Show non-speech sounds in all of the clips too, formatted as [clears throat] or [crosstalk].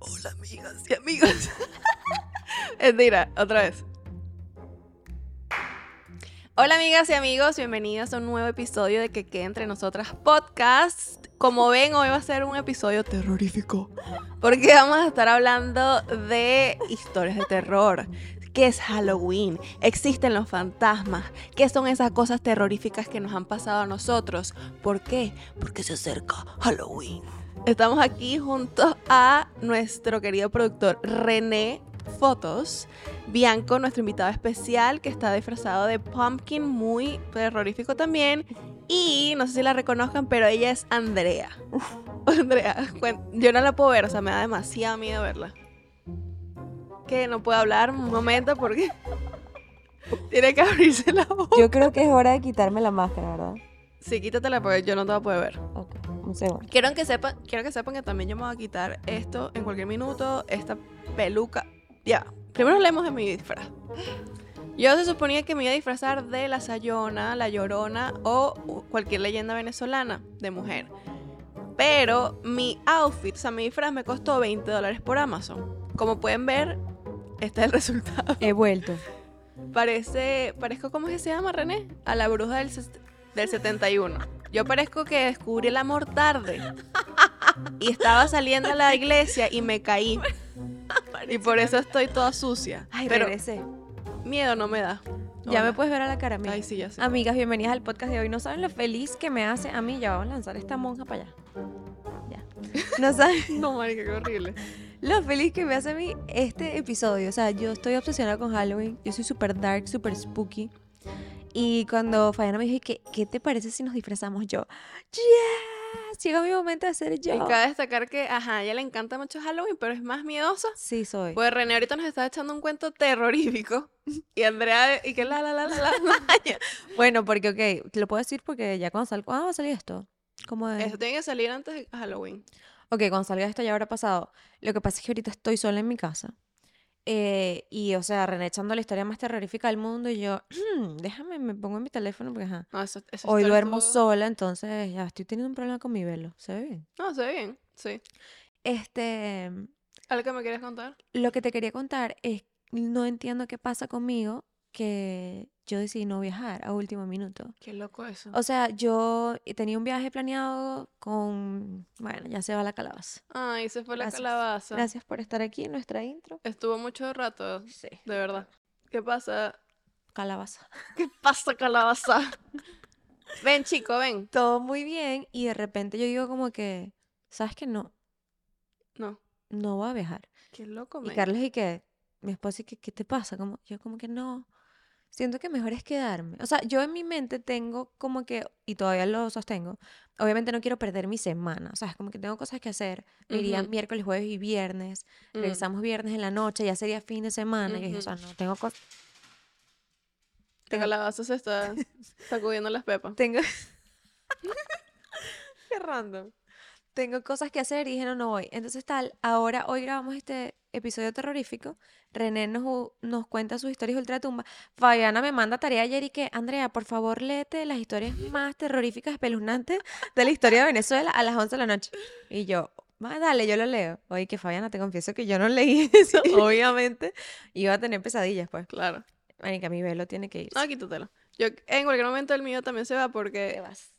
somos amigas y [laughs] amigos. Mentira, otra vez. Hola amigas y amigos, bienvenidos a un nuevo episodio de Que Quede Entre Nosotras Podcast. Como ven, hoy va a ser un episodio terrorífico, porque vamos a estar hablando de historias de terror. ¿Qué es Halloween? ¿Existen los fantasmas? ¿Qué son esas cosas terroríficas que nos han pasado a nosotros? ¿Por qué? Porque se acerca Halloween. Estamos aquí junto a nuestro querido productor René Fotos, Bianco, nuestro invitado especial, que está disfrazado de Pumpkin, muy terrorífico también. Y no sé si la reconozcan, pero ella es Andrea. [laughs] Andrea, cuen- yo no la puedo ver, o sea, me da demasiado miedo verla. Que no puedo hablar un momento porque [laughs] tiene que abrirse la boca. Yo creo que es hora de quitarme la máscara, ¿verdad? Sí, quítatela porque yo no te voy a poder ver. Ok, un segundo. Quiero que sepan, quiero que sepan que también yo me voy a quitar esto en cualquier minuto, esta peluca. Ya, primero hablemos de mi disfraz. Yo se suponía que me iba a disfrazar de la Sayona, la Llorona o u- cualquier leyenda venezolana de mujer. Pero mi outfit, o sea, mi disfraz me costó 20 dólares por Amazon. Como pueden ver, este es el [laughs] resultado. [laughs] He vuelto. Parece, parezco, ¿cómo es que se llama, René? A la bruja del, ses- del 71. Yo parezco que descubrí el amor tarde. [laughs] Y estaba saliendo a la iglesia y me [laughs] caí. Y por eso estoy toda sucia. Ay, Pero regresé. miedo no me da. Ya Hola. me puedes ver a la cara, mía. Ay, sí, ya sé. Amigas, bienvenidas al podcast de hoy. No saben lo feliz que me hace a mí. Ya vamos a lanzar esta monja para allá. Ya. [laughs] No saben No, marica, qué [laughs] horrible. lo feliz que me hace a mí este episodio. O sea, yo estoy obsesionada con Halloween. Yo soy súper dark, súper spooky. Y cuando Fayana me dijo, ¿qué, ¿qué te parece si nos disfrazamos yo? ¡Yes! Llega mi momento de ser yo. Y cabe destacar que, ajá, a ella le encanta mucho Halloween, pero es más miedosa. Sí, soy. Pues René ahorita nos está echando un cuento [laughs] terrorífico. Y Andrea, y que la, la, la, la, la. Bueno, porque, ok, te lo puedo decir porque ya cuando salga, ah, va a salir esto. Como de, Eso tiene que salir antes de Halloween. ok, cuando salga esto ya habrá pasado. Lo que pasa es que ahorita estoy sola en mi casa. eh, y, o sea, renechando la historia más terrorífica del mundo. Y yo, [clears throat] déjame, me pongo en mi teléfono porque, ajá. No, eso, eso Hoy está duermo todo- sola, entonces ya estoy teniendo un problema con mi velo. ¿Se ve bien? No, se ve bien, sí. Este, ¿Algo que me quieres contar? lo que te quería contar es, no entiendo qué pasa conmigo que yo decidí no viajar a último minuto. Qué loco eso. O sea, yo tenía un viaje planeado con... Bueno, ya se va la calabaza. Ay, se fue la Gracias. calabaza. Gracias por estar aquí en nuestra intro. Estuvo mucho rato, de Sí. verdad. ¿Qué pasa? Calabaza. [laughs] ¿Qué pasa, calabaza? [laughs] ven, chico, ven. Todo muy bien y de repente yo digo como que, ¿sabes qué? No, No, Mm, no voy a viajar. qué loco, Y men. Carlos y que, mi esposo y que, ¿qué te pasa? Como, yo como que no, siento que mejor es quedarme. O sea, yo en mi mente tengo como que, y todavía lo sostengo, obviamente no quiero perder mi semana. O sea, es como que tengo cosas que hacer. Me iría Ujú. miércoles, jueves y viernes. Mm. Regresamos viernes en la noche, ya sería fin de semana. Y yo dije, o sea, no, tengo cosas. La calabaza se [laughs] está sacudiendo las pepas. Tengo. [laughs] Qué random. Tengo cosas que hacer y dije, no, no voy. Entonces, tal, ahora hoy grabamos este episodio terrorífico. René nos, u- nos cuenta sus historias de ultratumba. Fabiana me manda tarea ayer y que, Andrea, por favor, léete las historias más terroríficas, espeluznantes de la historia de Venezuela a las 11 de la noche. Y yo, "Ma, dale, yo lo leo. Oye, que Fabiana, te confieso que yo no leí eso, obviamente. Iba a tener pesadillas, pues. Claro. Marica, mi velo tiene que irse. No, quítatelo. Yo, en cualquier momento el mío también se va Te porque vas.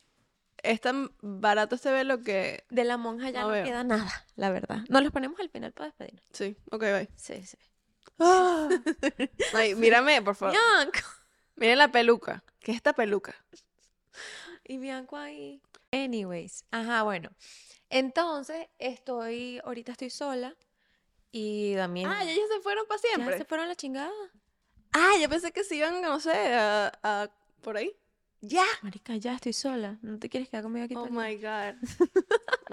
es tan barato este velo que... De la monja ya No no, veo. queda nada, la verdad. Nos los ponemos al final para despedirnos. Sí, ok, [gasps] bye. [laughs] Sí, sí. Ay, mírame, por favor. Bianco. [laughs] Miren la peluca. ¿Qué es esta peluca? Y Bianco ahí. Anyways. Ajá, bueno. Entonces, estoy, ahorita estoy sola. Y también. Ah, ya ellos se fueron para siempre. se fueron a la chingada. Ah, yo pensé que se iban, no sé, a, a- por ahí. Ya. Marica, ya estoy sola. No te quieres quedar conmigo aquí. Oh todo my el [laughs] god.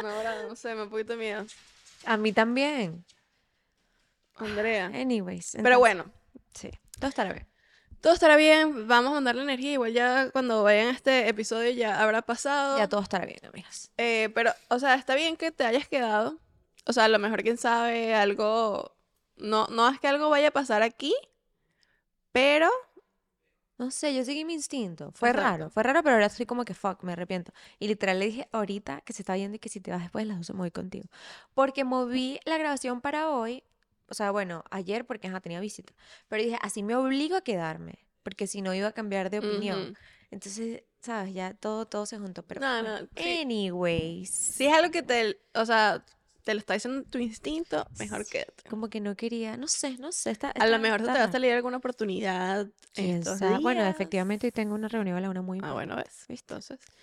No, ahora no sé, me poquito miedo. día? A mí también. Andrea. Anyways. Pero Eh, entonces- bueno, Sí. Todo estará bien. todo estará bien, vamos a mandar la energía. Igual ya cuando vayan este episodio ya habrá pasado. Ya todo estará bien, amigas. Eh, pero, o sea, está bien que te hayas quedado. O sea, a lo mejor, quién sabe, algo. No, no es que algo vaya a pasar aquí, pero No sé, yo seguí mi instinto. Fue Exacto. raro, fue raro, pero ahora estoy como que fuck, me arrepiento. Y literal le dije ahorita que se está viendo y que si te vas después de las 12 me voy contigo. Porque moví la grabación para hoy, o sea, bueno, ayer porque ajá, tenía visita. Pero dije, así me obligo a quedarme, porque si no iba a cambiar de opinión. Ujú. Entonces, sabes, ya todo, todo se juntó. Pero, No, bueno, no, sí. anyways, Si es algo que te, o sea, te lo está diciendo tu instinto, mejor Sí. quédate. como que no quería, no sé, no sé. Está, A está- lo mejor se te está va a raro. salir alguna oportunidad en Quién estos sabe. Bueno, días. efectivamente hoy tengo una reunión a la una muy Ah, importante. bueno, ves. ¿viste? Entonces, Pero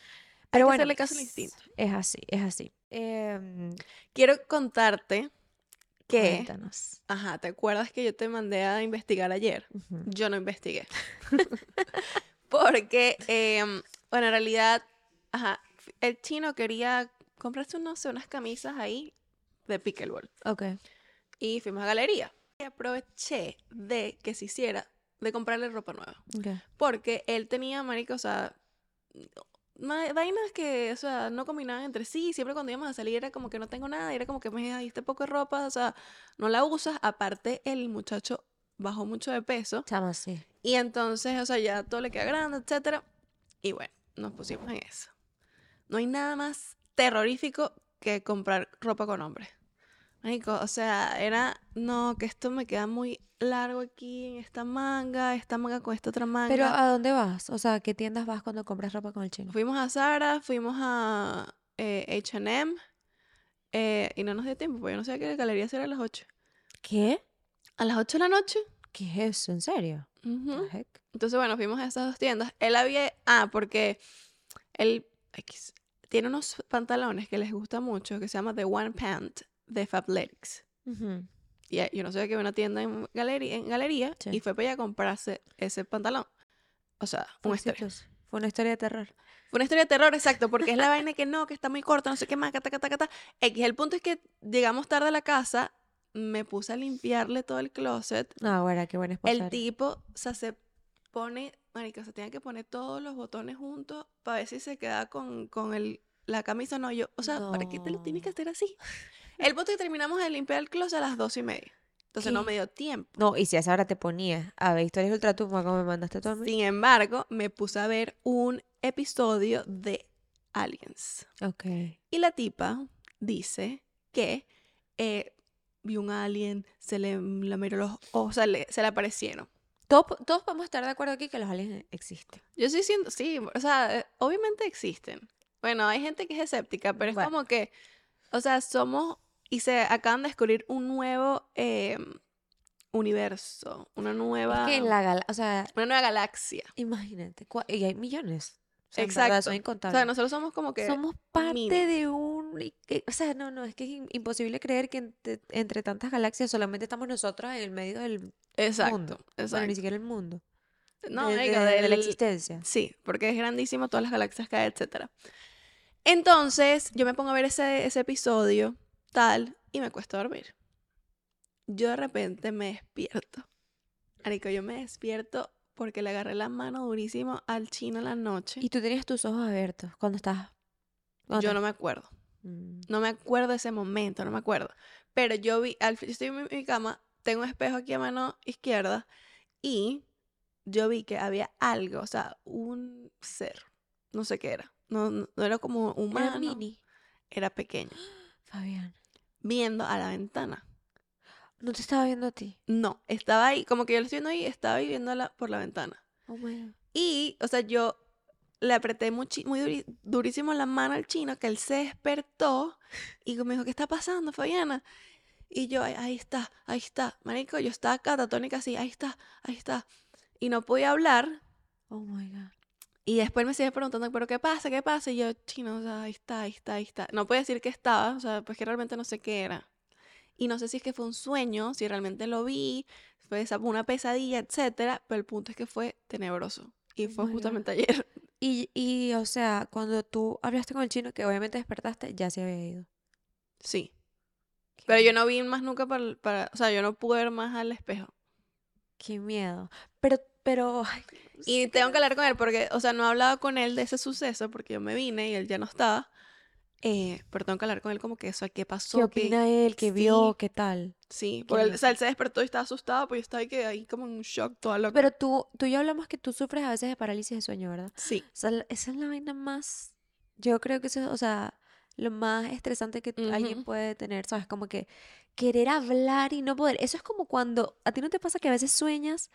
hay que bueno, hacerle caso al instinto. Es así, es así. Em, Quiero contarte que, cuéntanos. ajá, ¿te acuerdas que yo te mandé a investigar ayer? Ujú. Yo no investigué. [laughs] [laughs] Porque, em, bueno, en realidad, ajá, el chino quería comprarse unos- unas camisas ahí de pickleball. Ok. Y fuimos a galería. Y aproveché de que se hiciera, de comprarle ropa nueva. ok. Porque él tenía, marica, o sea, ma- vainas que, o sea, no combinaban entre sí. Siempre cuando íbamos a salir era como que no tengo nada, era como que me diste poco de ropa, o sea, no la usas. Aparte, el muchacho bajó mucho de peso. Chama, sí. Y entonces, o sea, ya todo le queda grande, etcétera. Y bueno, nos pusimos en eso. No hay nada más terrorífico que comprar ropa con hombres. Marico, o sea, era, no, que esto me queda muy largo aquí, en esta manga, esta manga con esta otra manga. Pero ¿a dónde vas? O sea, ¿a qué tiendas vas cuando compras ropa con el chino? Fuimos a Zara, fuimos a eh, H&M eh, y no nos dio tiempo, porque yo no sabía que la galería era a las 8. ¿Qué? ¿A las 8 de la noche? ¿Qué es eso? ¿En serio? Ujú. The heck? Entonces, bueno, fuimos a esas dos tiendas. Él había. Ah, porque él X, tiene unos pantalones que les gusta mucho que se llama The One Pant de Fabletics. Ujú. Y eh, yo no sabía que había una tienda en galería, en galería Sí. y fue para allá a comprarse ese pantalón. O sea, Fue una historia. exitoso. Fue una historia de terror. Fue una historia de terror, exacto, porque es la vaina que no, que está muy corta, no sé qué más, cata, cata, cata. X, el punto es que llegamos tarde a la casa, me puse a limpiarle todo el closet No, bueno, qué buena esposa. el tipo, o sea, se pone, marica, se tenía que poner todos los botones juntos para ver si se queda con, con el, la camisa. No, yo, o sea, ¿para qué te lo tienes que No. hacer así? El punto es que terminamos de limpiar el closet a las dos y media. Entonces no ¿Qué? me dio tiempo. No, y si a esa hora te ponías a ver historias de ultratumba como me mandaste tú a mí. Sin embargo, me puse a ver un episodio de Aliens. Ok. Y la tipa dice que eh, vio un alien, se le lamieron los ojos, o sea, le- se le aparecieron. Todos, po- todos podemos estar de acuerdo aquí que los aliens existen. Yo sí siento, sí, o sea, eh, obviamente existen. Bueno, hay gente que es escéptica, pero es Bueno. como que, o sea, somos y se acaban de descubrir un nuevo eh, universo, una nueva, Es que en la gala, o sea, una nueva galaxia. Imagínate, cua- y hay millones. O sea, en Exacto. verdad, son O incontables. sea, nosotros somos como que Somos parte miles. de un... y que- o sea, no, no, es que es im- imposible creer que entre, entre tantas galaxias solamente estamos nosotros en el medio del... Bueno, exacto, mundo. exacto. ni siquiera el mundo. no, de, marica, de- de la del- existencia. Sí, porque es grandísimo, todas las galaxias caen, etcétera. Entonces, yo me pongo a ver ese, ese episodio, tal, y me cuesta dormir. Yo de repente me despierto. Arico, yo me despierto porque le agarré la mano durísimo al chino en la noche. Y tú tenías tus ojos abiertos cuando estabas... cuando yo no estabas- me acuerdo. Mm, No me acuerdo de ese momento, no me acuerdo. Pero yo vi, al, yo estoy en mi, mi cama, tengo un espejo aquí a mano izquierda, y yo vi que había algo, o sea, un ser. No sé qué era. No, no no era como humano. Era mini, era pequeño, Fabián. viendo a la ventana. No te estaba viendo a ti. No, estaba ahí, como que yo lo estoy viendo ahí, estaba ahí viéndola por la ventana. Oh my God. Y, o sea, yo le apreté muchi- muy duri- durísimo la mano al chino, que él se despertó y me dijo, ¿qué está pasando, Fabiana? Y yo, "Ay, ahí está, ahí está. Marico, yo estaba catatónica así, ahí está, ahí está. Y no podía hablar. Oh my God. Y después me sigue preguntando, ¿pero qué pasa? ¿Qué pasa? Y yo, chino, o sea, ahí está, ahí está, ahí está. No puedo decir que estaba, o sea, pues que realmente no sé qué era. Y no sé si es que fue un sueño, si realmente lo vi, fue esa- una pesadilla, etcétera. Pero el punto es que fue tenebroso. Y fue my God. justamente ayer. Y, y, o sea, cuando tú hablaste con el chino, que obviamente despertaste, ya se había ido. Sí. Pero yo no no vi más nunca para, para- O sea, yo no pude ver más al espejo. Qué miedo. Pero, pero. ay, no Y sé, tengo qué que hablar con él porque, o sea, no he hablado con él de ese suceso porque yo me vine y él ya no estaba. eh, pero tengo que hablar con él como que eso, ¿qué pasó? ¿Qué opina él? ¿Qué sí. vio? ¿Qué tal? Sí, ¿Qué porque él, onda? o sea, él se despertó y estaba asustado, pues yo estaba ahí, que, ahí como en un shock, toda loca. Pero tú, tú y yo hablamos que tú sufres a veces de parálisis de sueño, ¿verdad? [gasps] sí, Esa, es la- esa es la vaina más, yo creo que eso es, o sea, lo más estresante que t- alguien Ujú. puede tener, ¿sabes? Como que querer hablar y no poder. Eso es como cuando, ¿a ti no te pasa que a veces sueñas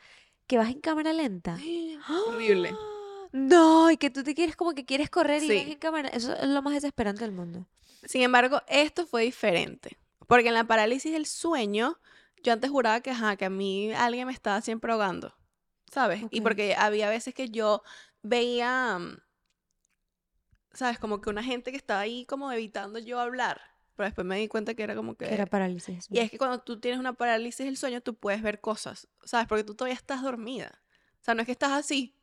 que vas en cámara lenta? [gasps] horrible. ¡Ah! [gasps] No, y que tú te quieres como que quieres correr y vas Sí. en cámara. Eso es lo más desesperante del mundo. Sin embargo, esto fue diferente, porque en la parálisis del sueño, yo antes juraba que, ajá, que a mí alguien me estaba siempre ahogando, ¿sabes? Y Ok. porque había veces que yo veía, mm, ¿sabes? Como que una gente que estaba ahí como evitando yo hablar, pero después me di cuenta que era como que... Que era parálisis. de Eh, Y sueño. es que cuando tú tienes una parálisis del sueño, tú puedes ver cosas, ¿sabes? Porque tú todavía estás dormida. O sea, no es que estás así.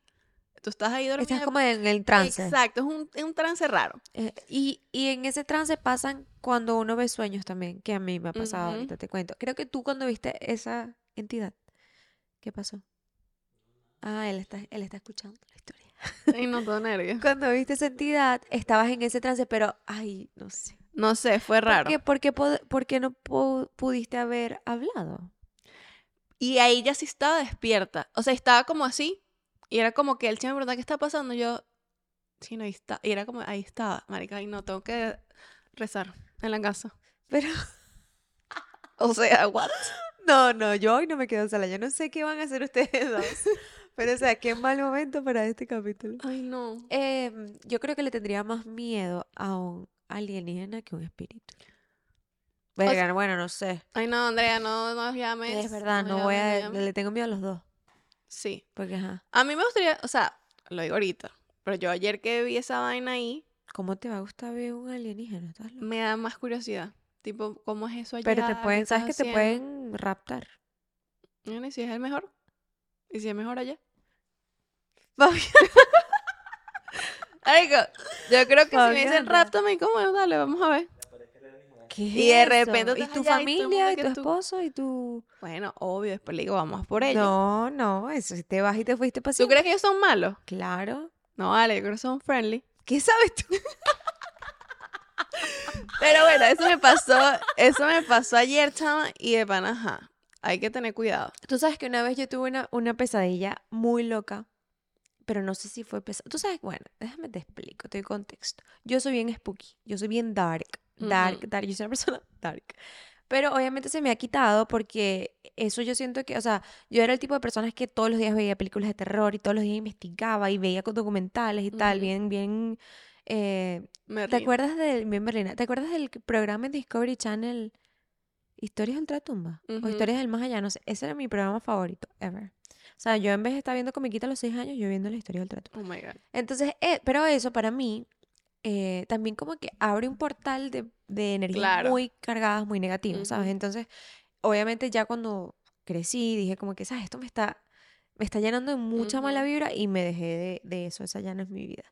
Tú estás ahí dormida. Estás como en [laughs] el trance. Exacto, es un, es un trance raro. Eh, y, y en ese trance pasan cuando uno ve sueños también, que a mí me ha pasado, Ujú. ahorita te cuento. Creo que tú cuando viste esa entidad, ¿qué pasó? Ah, él está, él está escuchando la historia. Y no todo nervios. Cuando viste esa entidad, estabas en ese trance, pero, ay, no sé. No sé, fue ¿Por raro. qué, por qué pod- por qué no pu- pudiste haber hablado? [laughs] Y ahí ya sí estaba despierta. O sea, estaba como así. Y era como que él siempre me preguntaba qué está pasando. Yo, sí, no, ahí está. Y era como, ahí estaba, marica. Y no, tengo que rezar en la [laughs] casa. Pero, O sea, what? no, no, yo hoy no me quedo sola. Yo no sé qué van a hacer ustedes dos. [laughs] Pero, o sea, qué mal momento para este capítulo. Ay, no. Em, yo creo que le tendría más miedo a un alienígena que un espíritu. sea- Verga, bueno, no sé. Ay, no, Andrea, no nos llames. Es verdad, no nos voy llames, a... no llames. Le tengo miedo a los dos. Sí. Porque, ajá, A mí me gustaría, o sea, lo digo ahorita, pero yo ayer que vi esa vaina ahí, ¿cómo te va a gustar ver un alienígena? ¿Estás loca? me da más curiosidad. Tipo, ¿cómo es eso allá? Pero te ¿Qué pueden, estás ¿sabes que te haciendo? pueden raptar? Bueno, ¿Y si es el mejor? ¿Y si es mejor allá? [laughs] Fabián. Marico, yo creo que si me Fabián, dicen no. rapto, me digo, bueno, dale, vamos a ver. ¿Qué Y de es eso? repente ¿Y estás tu allá y todo el mundo familia, y que tu tú- esposo, y tu... Bueno, obvio, después le digo, vamos por ellos. No, no, eso, si te vas y te fuiste para ¿Tú crees que ellos son malos? Claro. No, vale, yo creo que son friendly. ¿Qué sabes tú? Pero bueno, eso me pasó, eso me pasó ayer, chama, y de panaja. Hay que tener cuidado. Tú sabes que una vez yo tuve una, una pesadilla muy loca, pero no sé si fue pesadilla. Tú sabes, bueno, déjame te explico, te doy contexto. Yo soy bien spooky, yo soy bien dark, dark, Ujú. dark, yo soy una persona [laughs] dark. Pero obviamente se me ha quitado porque eso yo siento que, o sea, yo era el tipo de personas que todos los días veía películas de terror y todos los días investigaba y veía co- documentales y tal, Ujú. bien, bien... eh, Me rindo. ¿Te acuerdas del, bien Berlina, ¿te acuerdas del programa en Discovery Channel Historias de Ultratumba? Ujú. O Historias del Más Allá, no sé. Ese era mi programa favorito, ever. O sea, yo en vez de estar viendo Comiquita a los seis años, yo viendo la Historia de Ultratumba. Oh my God. Entonces, eh, pero eso para mí eh, también como que abre un portal de, de energías Claro. muy cargadas, muy negativas, ¿sabes? Ujú. Entonces, obviamente ya cuando crecí dije como que, ¿sabes? Esto me está, me está llenando de mucha mala Ujú. vibra y me dejé de, de eso, esa ya no es mi vida.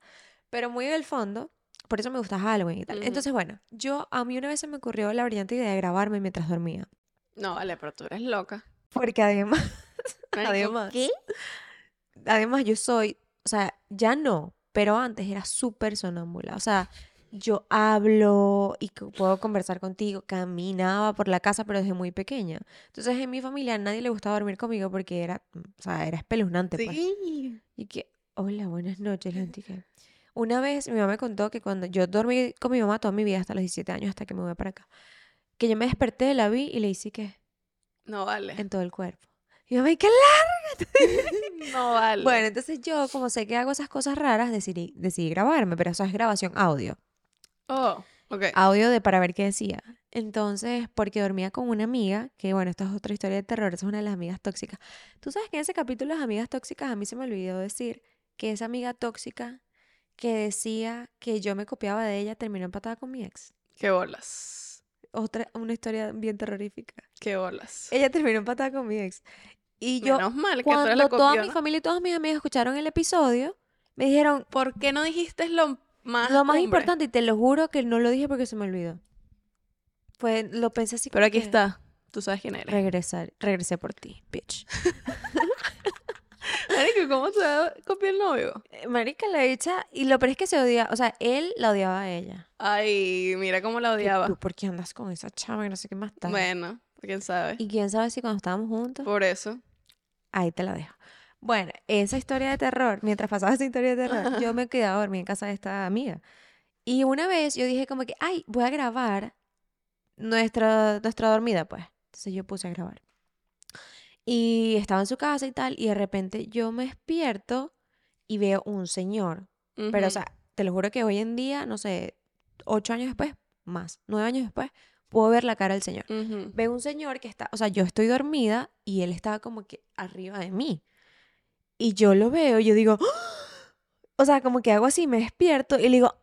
Pero muy del fondo, por eso me gusta Halloween y tal. Ujú. Entonces, bueno, yo a mí una vez se me ocurrió la brillante idea de grabarme mientras dormía. No, vale, pero tú eres loca. Porque además, Marico, Además. ¿Qué? además yo soy, o sea, ya no, pero antes era súper sonámbula. O sea, yo hablo y co- puedo conversar contigo, caminaba por la casa, pero desde muy pequeña. Entonces, en mi familia a nadie le gustaba dormir conmigo porque era, mm, o sea, era espeluznante, pues. Sí. Y que, hola, buenas noches, le dije. Una vez mi mamá me contó que cuando yo dormí con mi mamá toda mi vida, hasta los 17 años, hasta que me voy para acá, que yo me desperté, la vi y le hice que No vale. en todo el cuerpo. Y mi mamá, ¿y qué No vale. Bueno, entonces yo, como sé que hago esas cosas raras, decidí, decidí grabarme, pero eso es grabación audio. Oh, ok. Audio de para ver qué decía. Entonces, porque dormía con una amiga, que bueno, esta es otra historia de terror, esa es una de las amigas tóxicas. Tú sabes que en ese capítulo de las amigas tóxicas a mí se me olvidó decir que esa amiga tóxica que decía que yo me copiaba de ella terminó empatada con mi ex. Qué bolas. Otra, una historia bien terrorífica. Qué bolas. Ella terminó empatada con mi ex. Y yo, Menos mal que tú eres cuando la toda mi copiona. familia y todos mis amigos escucharon el episodio, me dijeron, ¿Por qué no dijiste lo más Lo más cumbre? importante, y te lo juro que no lo dije porque se me olvidó. Fue, lo pensé así. Pero como aquí que, [laughs] está. Tú sabes quién eres. Regresar, regresé por ti, bitch. Marico, ¿cómo te va a copiar el novio? Eh, Marica, la hecha. Y lo peor es que se odia. O sea, él la odiaba a ella. Ay, mira cómo la Y odiaba. tú, ¿Por qué andas con esa chava? Y no sé qué más tal. Bueno, quién sabe. Y quién sabe si cuando estábamos juntos. Por eso. Ahí te la dejo. Bueno, esa historia de terror, mientras pasaba esa historia de terror, yo me quedaba a dormir en casa de esta amiga. Y una vez yo dije como que, ay, voy a grabar nuestra, nuestra dormida, pues. Entonces yo puse a grabar. Y estaba en su casa y tal, y de repente yo me despierto y veo un señor. Pero, o Ujú. sea, te lo juro que hoy en día, no sé, ocho años después, más, nueve años después, puedo ver la cara del señor Ujú. veo un señor que está, o sea, yo estoy dormida y él estaba como que arriba de mí. Y yo lo veo, y yo digo, ¡Ah! o sea, como que hago así, me despierto y le digo,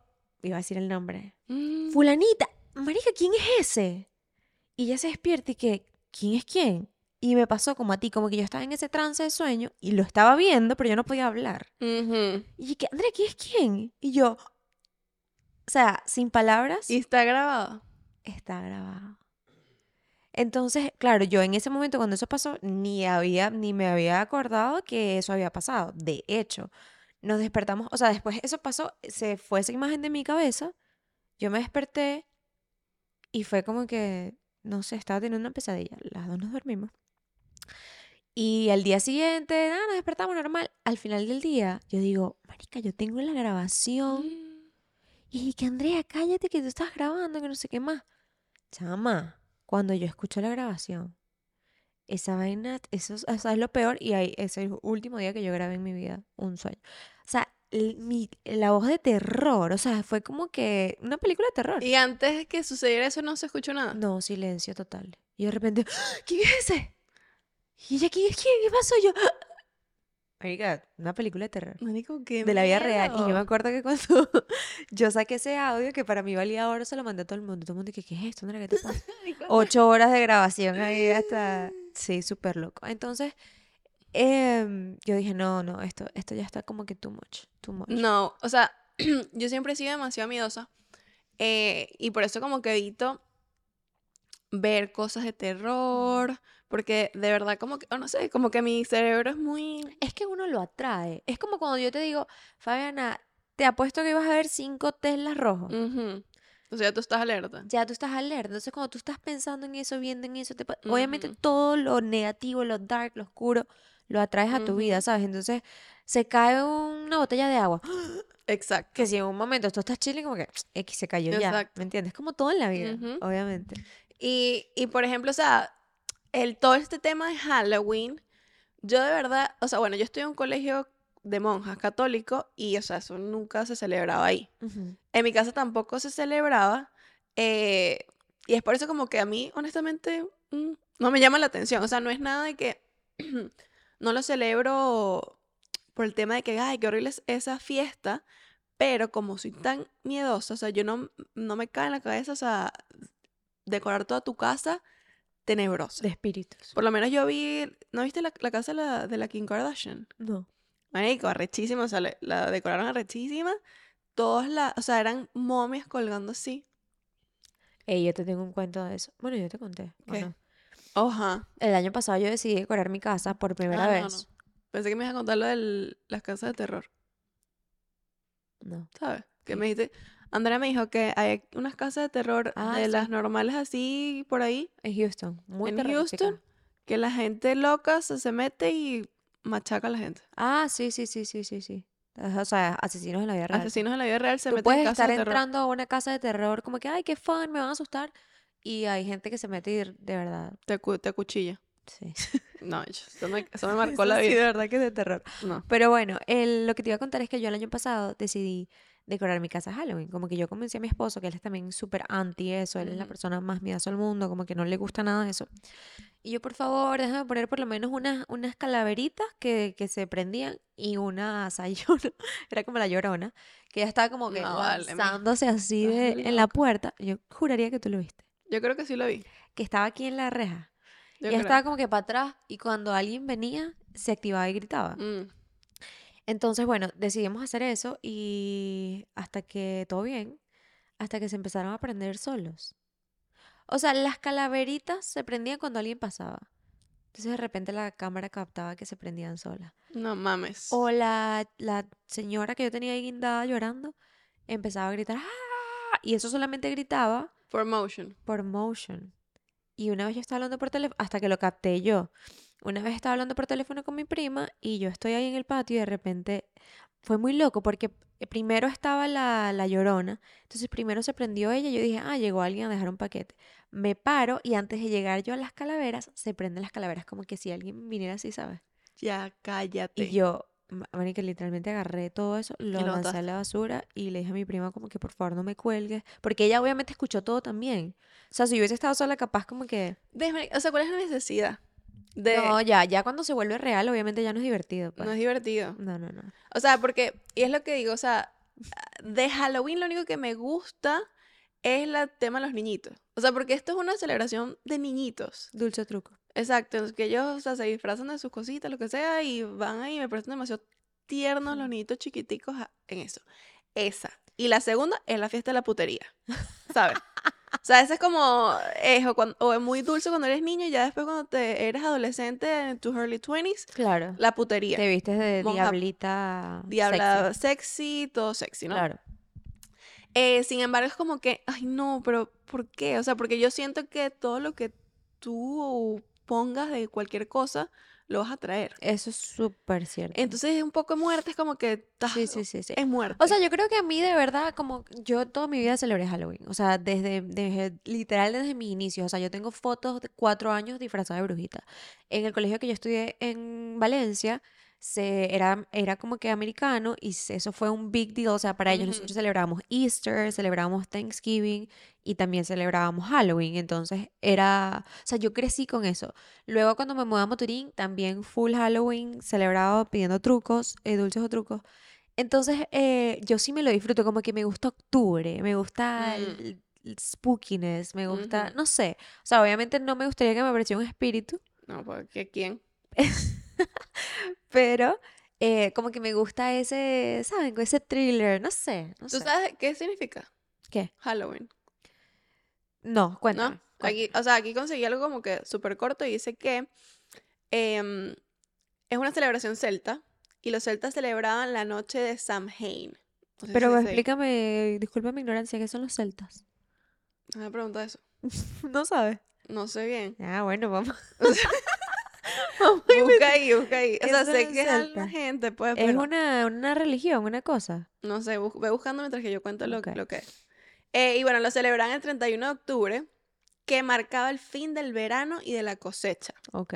iba a decir el nombre, Mm. fulanita, marica, ¿quién es ese? Y ella se despierta y que, ¿quién es quién? Y me pasó como a ti, como que yo estaba en ese trance de sueño y lo estaba viendo, pero yo no podía hablar. Ujú. Y que, Andrea, ¿quién es quién? Y yo, o sea, sin palabras Y está grabado. está grabado. Entonces, claro, yo en ese momento cuando eso pasó, ni había, ni me había acordado que eso había pasado. De hecho, nos despertamos, o sea, después eso pasó, se fue esa imagen de mi cabeza, yo me desperté y fue como que, no sé, estaba teniendo una pesadilla. Las dos nos dormimos. Y al día siguiente, nada, nos despertamos normal. Al final del día, yo digo, marica, yo tengo la grabación. Y que Andrea, cállate que tú estás grabando, que no sé qué más. Chama, cuando yo escucho la grabación, esa vaina, eso, es- o sea, es lo peor y ahí es el último día que yo grabé en mi vida un sueño. O sea, el- mi- la voz de terror, o sea, fue como que una película de terror. Y antes de que sucediera eso no se escuchó nada. No, silencio total. Y de repente, ¡Ah! ¿quién es ese? Y ella, ¿quién es quién? ¿Qué pasó? Y Yo, ¡Ah! Marica, una película de terror Marico, qué de la vida real. Y yo me miedo. acuerdo que cuando [laughs] yo saqué ese audio, que para mí valía oro, se lo mandé a todo el mundo. Todo el mundo que, ¿qué es esto? Andrea, ¿Qué te [laughs] pasa? Ocho horas de grabación ahí [gasps] hasta... Sí, súper loco. Entonces, em, yo dije, no, no, esto, esto ya está como que too much, too much. No, o sea, [clears throat] yo siempre he sido demasiado miedosa. eh, y por eso como que evito ver cosas de terror. Porque de verdad como que, o no sé, como que mi cerebro es muy... Es que uno lo atrae. Es como cuando yo te digo, Fabiana, te apuesto que vas a ver cinco Teslas rojos. Ujú. O sea, tú estás alerta. ya tú estás alerta. Entonces, cuando tú estás pensando en eso, viendo en eso, te pa- obviamente Ujú. todo lo negativo, lo dark, lo oscuro, lo atraes a tu vida, Ujú. ¿sabes? Entonces, se cae una botella de agua. Exacto. Que si en un momento tú estás chile, como que X se cayó ya. Exacto. ¿Me entiendes? Como todo en la vida, Ujú. obviamente. Y, y, por ejemplo, o sea, el, todo este tema de Halloween, yo de verdad, o sea, bueno, yo estoy en un colegio de monjas católico y, o sea, eso nunca se celebraba ahí. Ujú. En mi casa tampoco se celebraba. eh, y es por eso como que a mí, honestamente, mm, no me llama la atención. O sea, no es nada de que [clears throat] no lo celebro por el tema de que, ay, qué horrible es esa fiesta. Pero como soy tan miedosa, o sea, yo no, no me cae en la cabeza, o sea, decorar toda tu casa tenebrosa. De espíritus. Por lo menos yo vi, ¿no viste la, la casa de la, de la Kim Kardashian? No. Marico, arrechísima, o sea, le- la decoraron arrechísima. Todas las, o sea, eran momias colgando así. Ey, yo te tengo un cuento de eso. Bueno, yo te conté. ¿o ¿Qué? no? Oja. El año pasado yo decidí decorar mi casa por primera Ah, no, no. vez. Pensé que me ibas a contar lo de las casas de terror, No. ¿sabes? Que Sí. me dijiste, Andrea me dijo que hay unas casas de terror Ah, de sí. las normales así por ahí, En Houston. Muy en terrorífica. Houston, que la gente loca se, se mete y machaca a la gente. Ah, sí, sí, sí, sí, sí, sí. O sea, asesinos en la vida real. pues. Asesinos en la vida real se Tú meten en puedes casas estar de terror. entrando a una casa de terror como que, ay, qué fun, me van a asustar. Y hay gente que se mete y de verdad, Te, acu- te acuchilla. sí. No, yo- eso me, eso me marcó Eso la [laughs] sí, de vida. verdad que es de terror. No. Pero bueno, el- lo que te iba a contar es que yo el año pasado decidí decorar mi casa Halloween. Como que yo convencí a mi esposo, que él es también súper anti eso, él es la Ujú. persona más miedosa del mundo, como que no le gusta nada de eso. Y yo, por favor, déjame poner por lo menos unas, unas calaveritas que, que se prendían y una sayona, [laughs] era como la llorona, que ya estaba como que No, vale, mija. lanzándose así Estás de, en la loca. puerta. Yo juraría que tú lo viste, Yo creo que sí lo vi. que estaba aquí en la reja. Yo ya creo. estaba como que para atrás y cuando alguien venía, se activaba y gritaba. Mm. Entonces, bueno, decidimos hacer eso y hasta que todo bien, hasta que se empezaron a prender solos. O sea, las calaveritas se prendían cuando alguien pasaba. Entonces de repente la cámara captaba que se prendían solas. No mames. O la, la señora que yo tenía ahí guindada llorando empezaba a gritar ¡Ah! Y eso solamente gritaba For motion. por motion. Y una vez yo estaba hablando por teléfono, hasta que lo capté yo. Una vez estaba hablando por teléfono con mi prima y yo estoy ahí en el patio y de repente fue muy loco porque primero estaba la, la llorona. Entonces primero se prendió ella y yo dije, ah, llegó alguien a dejar un paquete. Me paro y antes de llegar yo a las calaveras, se prenden las calaveras como que si alguien viniera así, ¿sabes? Ya cállate. Y yo, ma- marica, literalmente agarré todo eso, lo lo lancé a la basura y le dije a mi prima como que por favor no me cuelgues, porque ella obviamente escuchó todo también. O sea, si yo hubiese estado sola, capaz como que... Déjame- o sea, ¿cuál es la necesidad? De... No, No, ya, ya cuando se vuelve real, obviamente ya no es divertido. pues. es divertido. No, no, no. O sea, porque, y es lo que digo, o sea, de Halloween lo único que me gusta es el tema de los niñitos. O sea, porque esto es una celebración de niñitos. Dulce truco. Exacto, en los que ellos o sea, se disfrazan de sus cositas, lo que sea, y van ahí, me parecen demasiado tiernos los niñitos chiquiticos a- en eso. Esa. Y la segunda es la fiesta de la putería, ¿sabes? O sea, esa es como, es, o, cuan- o es muy dulce cuando eres niño y ya después cuando te eres adolescente, en tus early 20s, Claro. la putería. Te vistes de Monja- diablita Diabla sexy. sexy, todo sexy, ¿no? Claro. Eh, sin embargo, es como que, ay, no, pero ¿por qué? O sea, porque yo siento que todo lo que tú pongas de cualquier cosa, lo vas a traer. Eso es súper cierto. Entonces, un poco de muerte es como que, ta, Sí, sí, sí, sí. es muerte. O sea, yo creo que a mí de verdad, como yo toda mi vida celebré Halloween. O sea, desde, desde- literal desde mis inicios. O sea, yo tengo fotos de cuatro años disfrazada de brujita. En el colegio que yo estudié en Valencia, se, era, era como que americano y se- eso fue un big deal. O sea, para ellos Ujú. nosotros celebrábamos Easter, celebrábamos Thanksgiving y también celebrábamos Halloween. Entonces era, o sea, yo crecí con eso. Luego cuando me mudé a Moturín, también full Halloween, celebrado pidiendo trucos, eh, dulces o trucos. Entonces, eh, yo sí me lo disfruto, como que me gusta octubre, me gusta el, el spookiness, me gusta, Mm. Ujú. no sé. O sea, obviamente no me gustaría que me apareciera un espíritu, no, porque ¿quién? pero eh, como que me gusta ese, ¿saben? Ese thriller, no sé, no ¿Tú sé. sabes qué significa? ¿Qué? Halloween, No, ¿no? cuéntame. cuéntame. Aquí, o sea, aquí conseguí algo como que súper corto y dice que em, es una celebración celta y los celtas celebraban la noche de Samhain. No sé si Pero se dice ahí. explícame, disculpa mi ignorancia, ¿qué son los celtas? [laughs] No me pregunta eso. No sabes. No sé bien. Ah, bueno, vamos. [laughs] Busca ahí, busca ahí. O ¿Qué sea, son sé los que es alguna celtas? gente, pues, Es pero una, una religión, una cosa. no sé, bus- ve buscando mientras que yo cuento lo, Ok. lo que es. Eh, y bueno, lo celebraban el 31 de octubre, que marcaba el fin del verano y de la cosecha. Ok.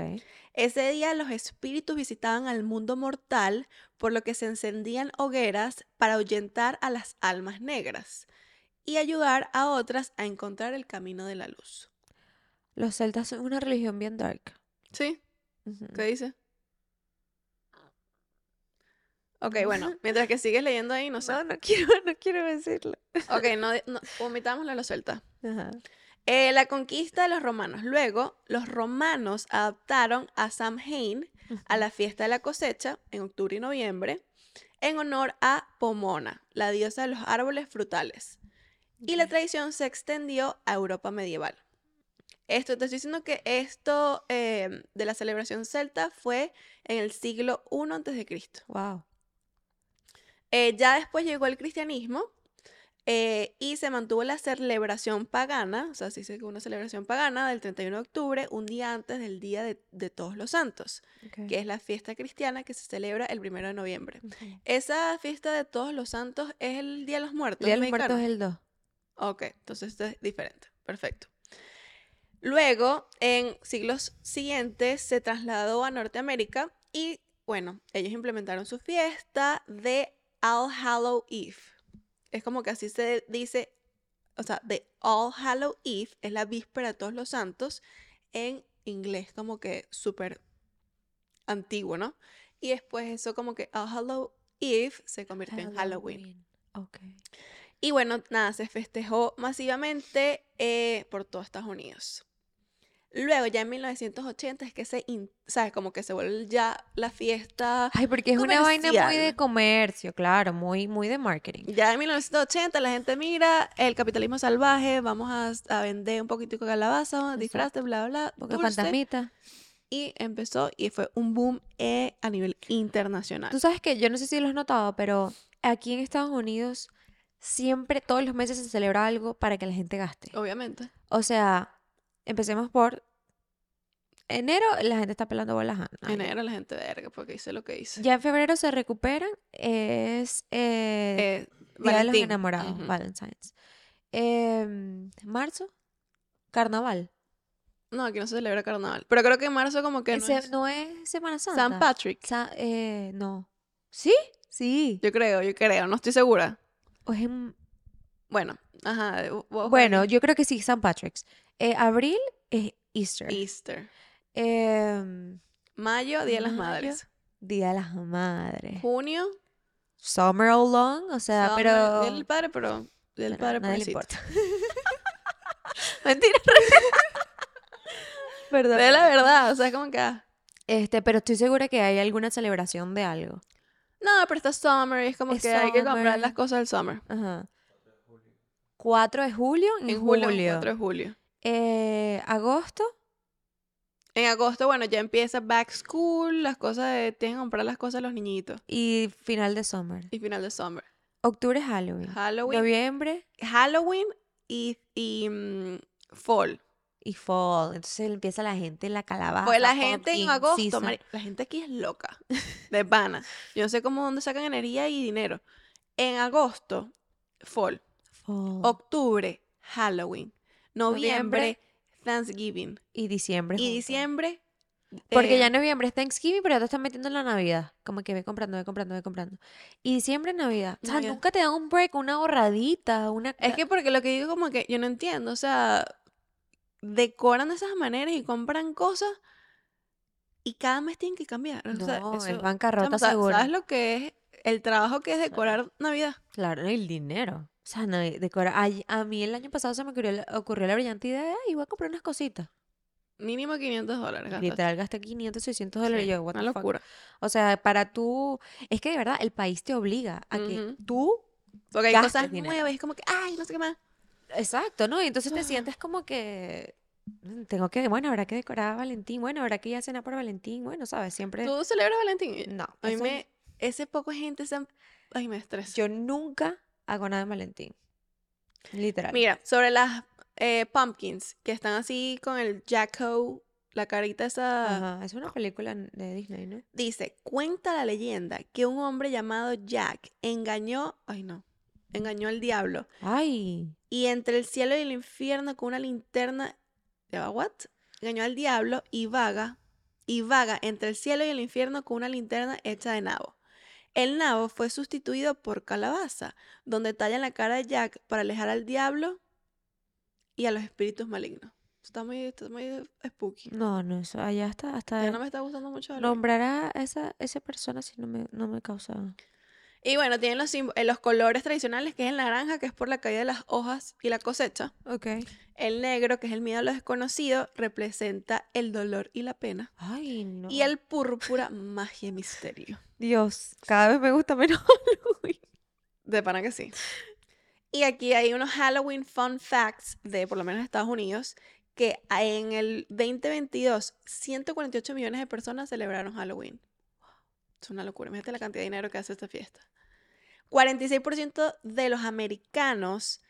Ese día los espíritus visitaban al mundo mortal, por lo que se encendían hogueras para ahuyentar a las almas negras y ayudar a otras a encontrar el camino de la luz. Los celtas son una religión bien dark. ¿Sí? Ujú. ¿Qué dice? Ok, bueno, mientras que sigues leyendo ahí, no sé. [laughs] No, no quiero, no quiero decirlo. Ok, no, no omitámoslo, lo suelta. Ajá. Eh, la conquista de los romanos. Luego, los romanos adaptaron a Samhain a la fiesta de la cosecha en octubre y noviembre en honor a Pomona, la diosa de los árboles frutales. Y la Ok. tradición se extendió a Europa medieval. Esto, te estoy diciendo que esto eh, de la celebración celta fue en el siglo I antes de Cristo. Wow. Eh, ya después llegó el cristianismo eh, y se mantuvo la celebración pagana, o sea, se dice que una celebración pagana del 31 de octubre, un día antes del Día de, de Todos los Santos, que es la fiesta cristiana que se celebra el 1 de noviembre. Esa fiesta de Todos los Santos es el Día de los Muertos. Día de los mexicano. Muertos es el 2. Ok, entonces esto es diferente. Perfecto. Luego, en siglos siguientes, se trasladó a Norteamérica y, bueno, ellos implementaron su fiesta de All Hallow Eve. Es como que así se dice, o sea, de All Hallow Eve es la víspera de todos los santos en inglés, como que súper antiguo, ¿no? Y después eso como que All Hallow Eve se convirtió en Halloween. Ah, Ok. Y bueno, nada, se festejó masivamente eh, por todo Estados Unidos. Luego, ya en 1980 es que se, in- ¿sabes? Como que se vuelve ya la fiesta. Ay, porque es una vaina muy de Comercial. comercio, claro, muy, muy de marketing. Ya en 1980 la gente mira el capitalismo salvaje, vamos a, a vender un poquitico de calabaza, disfraces, bla, bla, Porque dulce. fantasmita. y empezó y fue un boom eh, a nivel internacional. Tú sabes que yo no sé si lo has notado, pero aquí en Estados Unidos siempre, todos los meses se celebra algo para que la gente gaste. Obviamente. O sea, empecemos por enero, la gente está pelando bolas. a nadie. Enero la gente verga porque hice lo que hice. Ya en febrero se recuperan, es eh, Eh, Día de los Valentín. Enamorados, Ujú. Valentine's. Em, marzo, Carnaval. No, aquí no se celebra carnaval. Pero creo que en marzo como que no Ese- es... no es Semana Santa. San Patrick. Sa- eh, no. ¿Sí? Sí. Yo creo, yo creo. No estoy segura. O es en- Bueno, ajá. de- vos- Bueno, yo creo que sí, San Patrick's. Eh, abril es Easter. Easter. Em, Mayo, Día de las Mayo. Madres. Día de las Madres. Junio, Summer all long, o sea, sábado, Ah, pero... Día del Padre, pero... Día del bueno, Padre, a nadie le pobrecito. importa. [laughs] Mentira. [laughs] Perdón. De la verdad, o sea, es como que... ah, Este, pero estoy segura que hay alguna celebración de algo. No, pero está summer y es como Es que hay que comprar summer. las cosas del summer. Ajá. 4 de julio, en, En julio. julio, 4 de julio. Eh, agosto, En agosto, bueno, ya empieza back school, las cosas de... Tienen que comprar las cosas de los niñitos. y final de summer. Y final de summer. Octubre, Halloween. Halloween. Noviembre Halloween y, y mm, fall. y fall. Entonces empieza la gente en la calabaza. Pues la gente en pumpkin agosto, season. mari- la gente aquí es [laughs] loca, de pana. Yo no sé cómo dónde sacan energía y dinero. En agosto, fall. Fall. Octubre, Halloween. Noviembre, Noviembre. Thanksgiving. y diciembre. Y junto. diciembre. Porque eh, ya noviembre es Thanksgiving, pero ya te están metiendo en la Navidad. Como que ve comprando, ve comprando, ve comprando. Y diciembre, Navidad. O sea, Navidad. nunca te dan un break, una ahorradita, una... Es que porque lo que digo como que yo no entiendo, o sea, decoran de esas maneras y compran cosas y cada mes tienen que cambiar. o No, sea, es eso- bancarrota Chamo, sa- segura. ¿Sabes lo que es el trabajo que es decorar Navidad? Claro, el dinero. O sea, no, eh, decora. ay, A, mí el año pasado se me ocurrió, la- ocurrió la brillante idea y voy a comprar unas cositas. Mínimo 500 dólares. gastaste. Literal, gasté 500, 600 Sí, dólares. yo, what una the fuck. locura. O sea, para tú. Es que de verdad, el país te obliga a que Ujú. tú. Porque hay Gastas cosas dinero. nuevas y es como que, ay, no sé qué más. Exacto, ¿no? Y entonces Ah. te sientes como que. mm, Tengo que. Bueno, habrá que decorar a Valentín. Bueno, habrá que ir a cenar por Valentín. Bueno, ¿sabes? Siempre. ¿Tú celebras Valentín? eh, No. A mí eso- me... Ese poco gente se... Ay, me estresa. Yo nunca hago nada en Valentín. Literal. Mira, sobre las eh, pumpkins, que están así con el Jacko, la carita esa... Ajá, Es una película de Disney, ¿no? Dice, cuenta la leyenda que un hombre llamado Jack engañó... Ay, no. Engañó al diablo. Ay. y entre el cielo y el infierno con una linterna. ¿Ya va, what? Engañó al diablo y vaga, y vaga entre el cielo y el infierno con una linterna hecha de nabo. El nabo fue sustituido por calabaza, donde tallan la cara de Jack para alejar al diablo y a los espíritus malignos. Está muy, está muy spooky. No, no, eso allá hasta, hasta Ya no me está gustando mucho. Halloween. nombrar a esa, esa persona si no me, no me causa. Y bueno, tienen los, simbo- eh, los colores tradicionales, que es el naranja, que es por la caída de las hojas y la cosecha. Ok. El negro, que es el miedo a lo desconocido, representa el dolor y la pena. Ay, no. Y el púrpura, magia y misterio. Dios, cada vez me gusta menos Halloween. De pana que sí. Y aquí hay unos Halloween fun facts de por lo menos Estados Unidos que a- en el 2022 148 millones de personas celebraron Halloween. Es una locura, imagínate la cantidad de dinero que hace esta fiesta. 46% de los americanos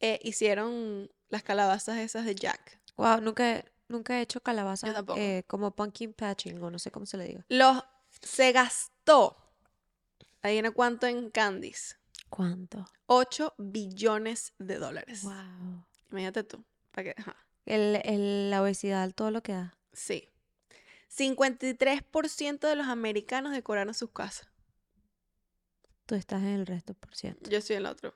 eh, hicieron las calabazas esas de Jack. Wow, nunca, he- nunca he hecho calabaza Yo tampoco. eh, como pumpkin patching o no sé cómo se le diga. Los se gastó. Adivina cuánto en candies. ¿Cuánto? 8 billones de dólares. Wow. Imagínate tú. para que- ajá, El, el- la obesidad, todo lo que da. Sí. 53% de los americanos decoraron sus casas. Tú estás en el resto por ciento. Yo soy el otro.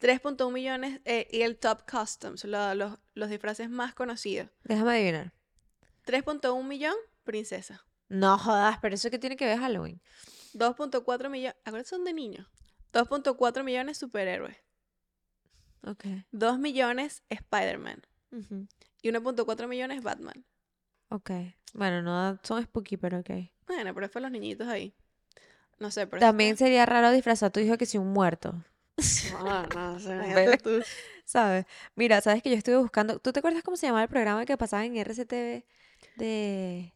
3.1 millones eh, y el Top Customs, lo- los, los disfraces más conocidos. Déjame adivinar. 3.1 millón, princesa. No jodas, pero eso que tiene que ver Halloween. 2.4 millones, ahora son de niños. 2.4 millones, superhéroes. Ok. 2 millones, Spider-Man. Ujú. Y 1.4 millones, Batman. Ok. Bueno, no da- son spooky, pero ok. Bueno, pero es para los niñitos ahí. No sé, pero es También que- sería raro disfrazar a tu hijo que si un muerto. [laughs] No, no, [laughs] sé, Ve. imagínate tú. ¿Sabes? Mira, sabes que yo estuve buscando. ¿Tú te acuerdas cómo se llamaba el programa que pasaba en RCTV? De.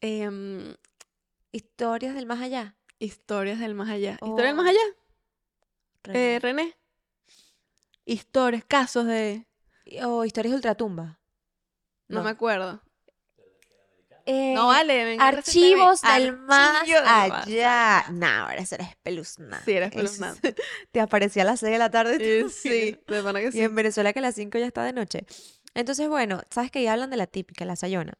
em, Historias del más allá. historias del más allá. ¿Historia del más Oh, allá? René. Eh, René. Historias, casos de... Y- Er, O historias de ultratumba. No, me No. acuerdo. Eh, No vale. me encanta ese TV. Archivos del más Archivos del más allá. No, ahora eso era espeluznante. Sí, era Eso espeluznante. Te aparecía a las 6 de la tarde. y [laughs] Eh, tú- Sí, de verdad que Y sí. en Venezuela que a las 5 ya está de noche. Entonces, bueno, sabes que ya hablan de la típica, la sayona.